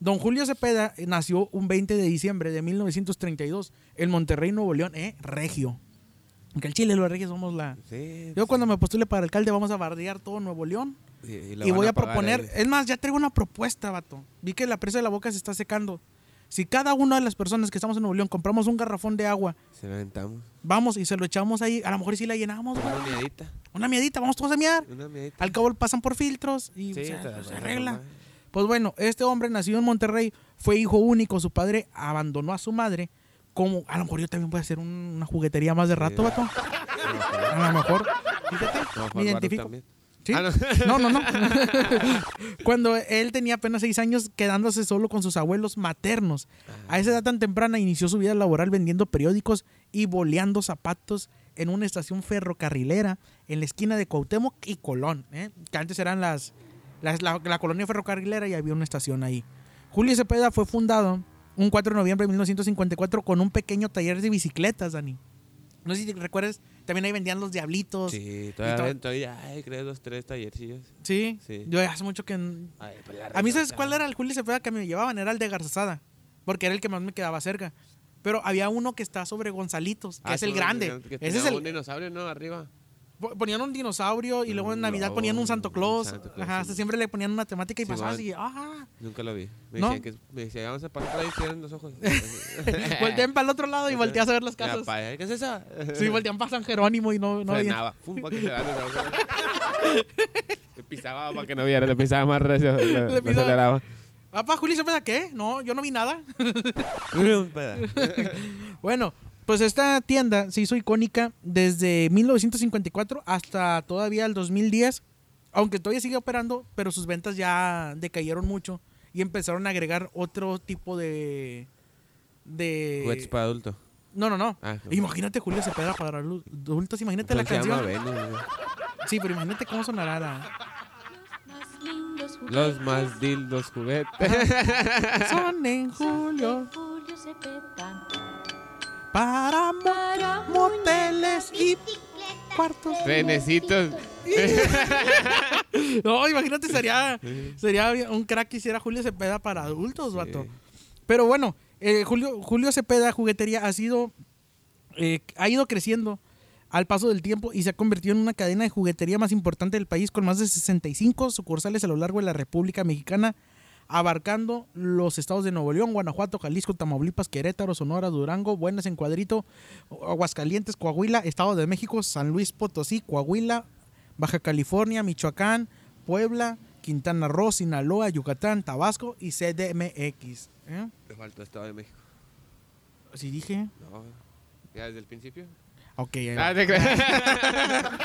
[SPEAKER 2] Don Julio Cepeda eh, nació un 20 de diciembre de 1932 en Monterrey, Nuevo León, eh, Regio. Aunque el Chile, los Regios somos la...
[SPEAKER 3] Sí.
[SPEAKER 2] Yo cuando me postule para alcalde vamos a bardear todo Nuevo León.
[SPEAKER 3] Y,
[SPEAKER 2] Y voy a, proponer, es más, ya traigo una propuesta, vato. Vi que la presa de la boca se está secando. Si cada una de las personas que estamos en Nuevo León compramos un garrafón de agua,
[SPEAKER 3] Se lo aventamos.
[SPEAKER 2] vamos y se lo echamos ahí, a lo mejor sí la llenamos, güey.
[SPEAKER 3] Una miadita.
[SPEAKER 2] Una miedita, vamos todos a miar.
[SPEAKER 3] Una miadita.
[SPEAKER 2] Al cabo pasan por filtros y
[SPEAKER 3] Sí,
[SPEAKER 2] se,
[SPEAKER 3] te la
[SPEAKER 2] se
[SPEAKER 3] van a
[SPEAKER 2] arregla.
[SPEAKER 3] tomar.
[SPEAKER 2] Pues bueno, este hombre nacido en Monterrey fue hijo único. Su padre abandonó a su madre. Como, a lo mejor yo también voy a hacer un- una juguetería más de rato, vato. A lo mejor. Fíjate, me identifico. ¿Sí?
[SPEAKER 3] Ah,
[SPEAKER 2] no. no, no, Cuando él tenía apenas seis años, quedándose solo con sus abuelos maternos. A esa edad tan temprana inició su vida laboral vendiendo periódicos y boleando zapatos en una estación ferrocarrilera en la esquina de Cuauhtémoc y Colón, ¿eh? que antes eran las, las- la, la colonia ferrocarrilera y había una estación ahí. Julio Cepeda fue fundado un 4 de noviembre de 1954 con un pequeño taller de bicicletas, Dani. No sé si te recuerdas, también ahí vendían los diablitos.
[SPEAKER 3] Sí,
[SPEAKER 2] Y todo.
[SPEAKER 3] todavía, ven, todavía ay, creo dos, tres tallercillos.
[SPEAKER 2] Sí.
[SPEAKER 3] Sí.
[SPEAKER 2] Yo hace mucho que. n-
[SPEAKER 3] Ay, pues la
[SPEAKER 2] A mí,
[SPEAKER 3] reina,
[SPEAKER 2] ¿sabes
[SPEAKER 3] o sea,
[SPEAKER 2] cuál era el Julio Cepeda que me llevaban? Era el de Garzazada. Porque era el que más me quedaba cerca. Pero había uno que está sobre Gonzalitos, que
[SPEAKER 3] ah,
[SPEAKER 2] es el
[SPEAKER 3] sí,
[SPEAKER 2] grande.
[SPEAKER 3] que
[SPEAKER 2] Ese
[SPEAKER 3] tenía
[SPEAKER 2] es
[SPEAKER 3] un
[SPEAKER 2] el.
[SPEAKER 3] dinosaurio, ¿no? Arriba.
[SPEAKER 2] po- ponían un dinosaurio y luego en Navidad
[SPEAKER 3] globo,
[SPEAKER 2] ponían un Santo Claus.
[SPEAKER 3] Oh, Santo Claus,
[SPEAKER 2] Ajá,
[SPEAKER 3] sí.
[SPEAKER 2] se- siempre le ponían una temática y
[SPEAKER 3] Sí,
[SPEAKER 2] pasabas
[SPEAKER 3] man.
[SPEAKER 2] y "Ah, ajá.
[SPEAKER 3] Nunca lo vi. Me
[SPEAKER 2] ¿No?
[SPEAKER 3] decían que me decían, vamos a pasar por ahí, cierren los ojos.
[SPEAKER 2] voltean para el otro lado y volteas a ver las
[SPEAKER 3] Ya,
[SPEAKER 2] casas.
[SPEAKER 3] pa, ¿eh? ¿Qué es eso?
[SPEAKER 2] Sí, voltean para San Jerónimo y no, no veían.
[SPEAKER 3] Frenaba. Pum, pa' que se vean los ojos. Le pisaba para que no viera, le pisaba más recio. Le, le
[SPEAKER 2] pisaba.
[SPEAKER 3] aceleraba.
[SPEAKER 2] Papá, Juli, ¿se pasa qué? No, yo no vi nada. Bueno, pues esta tienda se hizo icónica desde 1954 hasta todavía el 2010, aunque todavía sigue operando, pero sus ventas ya decayeron mucho y empezaron a agregar otro tipo de
[SPEAKER 3] Juguetes
[SPEAKER 2] de
[SPEAKER 3] para adulto.
[SPEAKER 2] No, no, no.
[SPEAKER 3] Ah, no. Pues
[SPEAKER 2] Imagínate Julio Cepeda para lu- adultos, imagínate la
[SPEAKER 3] Se llama
[SPEAKER 2] canción.
[SPEAKER 3] Venus, güey.
[SPEAKER 2] Sí, pero imagínate cómo sonará la-
[SPEAKER 3] Los más dildos juguetes.
[SPEAKER 2] Ah. Son en julio
[SPEAKER 13] Julio Cepeda.
[SPEAKER 2] para mo-
[SPEAKER 13] Para
[SPEAKER 2] moteles y cuartos.
[SPEAKER 3] Trenecitos.
[SPEAKER 2] No, imagínate, sería, sería un crack que hiciera Julio Cepeda para adultos, vato. Pero bueno, eh, Julio, Julio Cepeda Juguetería ha sido, eh, ha ido creciendo al paso del tiempo y se ha convertido en una cadena de juguetería más importante del país con más de 65 sucursales a lo largo de la República Mexicana, abarcando los estados de Nuevo León, Guanajuato, Jalisco, Tamaulipas, Querétaro, Sonora, Durango, Buenas en Cuadrito, Aguascalientes, Coahuila, Estado de México, San Luis Potosí, Coahuila, Baja California, Michoacán, Puebla, Quintana Roo, Sinaloa, Yucatán, Tabasco y CDMX. ¿Eh?
[SPEAKER 3] Te faltó Estado de México.
[SPEAKER 2] Así dije.
[SPEAKER 3] No. ¿eh? ¿Ya desde el principio?
[SPEAKER 2] Ok, ahí va.
[SPEAKER 3] Ah, te creas.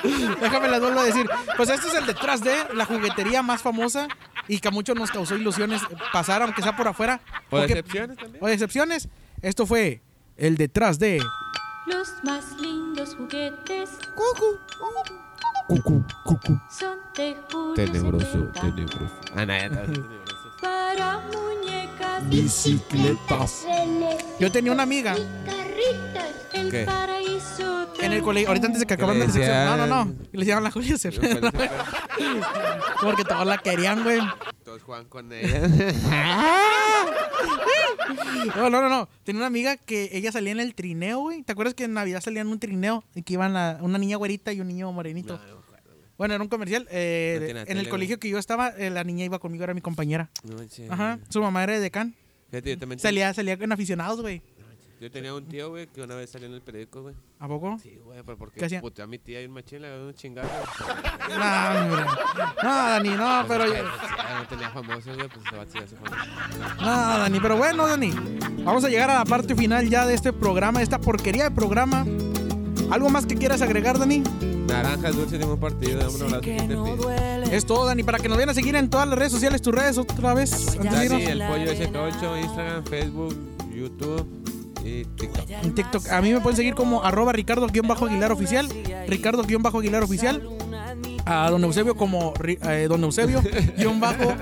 [SPEAKER 2] déjame las vuelvo a decir. Pues este es el detrás de la juguetería más famosa y que a muchos nos causó ilusiones pasar, aunque sea por afuera.
[SPEAKER 3] ¿O
[SPEAKER 2] Porque-
[SPEAKER 3] decepciones también?
[SPEAKER 2] O decepciones. Esto fue el detrás de...
[SPEAKER 13] Los más lindos juguetes
[SPEAKER 2] Cucu, cucu.
[SPEAKER 13] son de Julio
[SPEAKER 3] Tenebroso,
[SPEAKER 13] Cepeda.
[SPEAKER 3] tenebroso. Ah, nada, ya está. tenebroso.
[SPEAKER 13] Para muñecas,
[SPEAKER 9] Bicicletas.
[SPEAKER 13] reles
[SPEAKER 2] Yo tenía una amiga
[SPEAKER 13] y carritas. El
[SPEAKER 3] ¿Qué?
[SPEAKER 13] paraíso de
[SPEAKER 2] en el colegio, ahorita antes de que
[SPEAKER 3] Que
[SPEAKER 2] acabaran
[SPEAKER 3] le
[SPEAKER 2] la sección. No,
[SPEAKER 3] decían-
[SPEAKER 2] no, no. Le decían la Julia Cepeda. Porque todos la querían, güey.
[SPEAKER 3] Todos juegan con ella.
[SPEAKER 2] No, no, no, no. Tenía una amiga que ella salía en el trineo, güey. ¿Te acuerdas que en Navidad salían en un trineo y que iban a una niña güerita y un niño morenito? Bueno, era un comercial. eh,
[SPEAKER 3] No tiene
[SPEAKER 2] en
[SPEAKER 3] tele,
[SPEAKER 2] el
[SPEAKER 3] güey.
[SPEAKER 2] colegio que yo estaba, eh, la niña iba conmigo, era mi compañera.
[SPEAKER 3] No manches.
[SPEAKER 2] Ajá. Su mamá era de decán.
[SPEAKER 3] Fíjate, yo también ten-
[SPEAKER 2] Salía, salía en aficionados, güey.
[SPEAKER 3] Yo tenía un tío, güey, que una vez salió en el periódico, güey.
[SPEAKER 2] ¿A poco?
[SPEAKER 3] Sí, güey, pero porque
[SPEAKER 2] ¿Qué hacía?
[SPEAKER 3] puteó a mi tía y un machín, le dio un chingazo.
[SPEAKER 2] No, hombre. No, Dani, no, Ah, pero.
[SPEAKER 3] Pues, pues, ya no tenía famosos, güey, pues se va a tirar ese famoso.
[SPEAKER 2] Nada, Dani, pero bueno, Dani. Vamos a llegar a la parte final ya de este programa, de esta porquería de programa. ¿Algo más que quieras agregar, Dani?
[SPEAKER 3] Naranjas dulces de un partido, dame un abrazo.
[SPEAKER 14] que
[SPEAKER 3] te
[SPEAKER 14] no
[SPEAKER 3] pido.
[SPEAKER 14] duele.
[SPEAKER 2] Es todo, Dani, para que nos vayan a seguir en todas las redes sociales, tus redes otra vez. antes de
[SPEAKER 3] Dani,
[SPEAKER 2] irnos.
[SPEAKER 3] el pollo S8, Instagram, Facebook, YouTube y TikTok.
[SPEAKER 2] En TikTok. A mí me pueden seguir como arroba ricardo-aguilar oficial, ricardo-aguilar oficial, a don Eusebio como ri- eh, don Eusebio guión bajo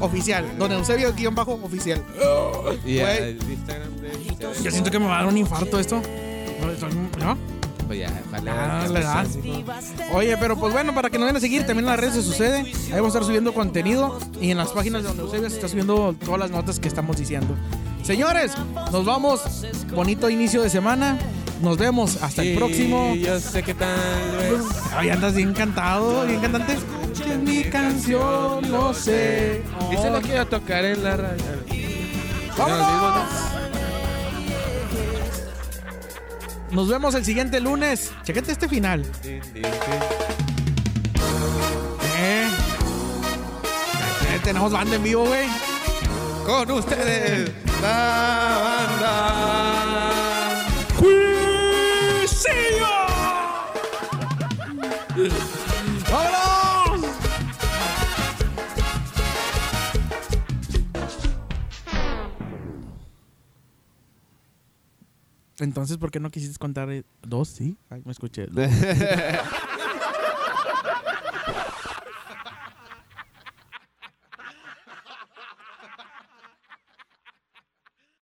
[SPEAKER 2] oficial, don Eusebio guión bajo oficial.
[SPEAKER 3] Y
[SPEAKER 2] Güey.
[SPEAKER 3] el Instagram de.
[SPEAKER 2] Yo siento que me va a dar un infarto esto. No, estoy- ¿no?
[SPEAKER 3] Pues ya, ojalá.
[SPEAKER 2] Ah,
[SPEAKER 3] que
[SPEAKER 2] le
[SPEAKER 3] no
[SPEAKER 2] da.
[SPEAKER 3] sea así.
[SPEAKER 2] Oye, pero pues bueno, para que nos vayan a seguir también en las redes se sucede. Ahí vamos a estar subiendo contenido y en las páginas de donde Eusebio se está subiendo todas las notas que estamos diciendo. Señores, nos vamos. Bonito inicio de semana. Nos vemos hasta el
[SPEAKER 3] Y
[SPEAKER 2] próximo.
[SPEAKER 3] Yo sé que tal vez.
[SPEAKER 2] Ay, andas bien cantado, bien cantante. Es mi canción, no sé.
[SPEAKER 3] Dice lo quiero tocar en la radio.
[SPEAKER 2] ¡Vámonos! Nos vemos el siguiente lunes. Chequete este final. Eh. Eh, Tenemos banda en vivo, güey.
[SPEAKER 3] Con ustedes, la banda.
[SPEAKER 2] ¡Vámonos! Entonces, ¿por qué no quisiste contar eh, dos? Sí, Ay, me escuché.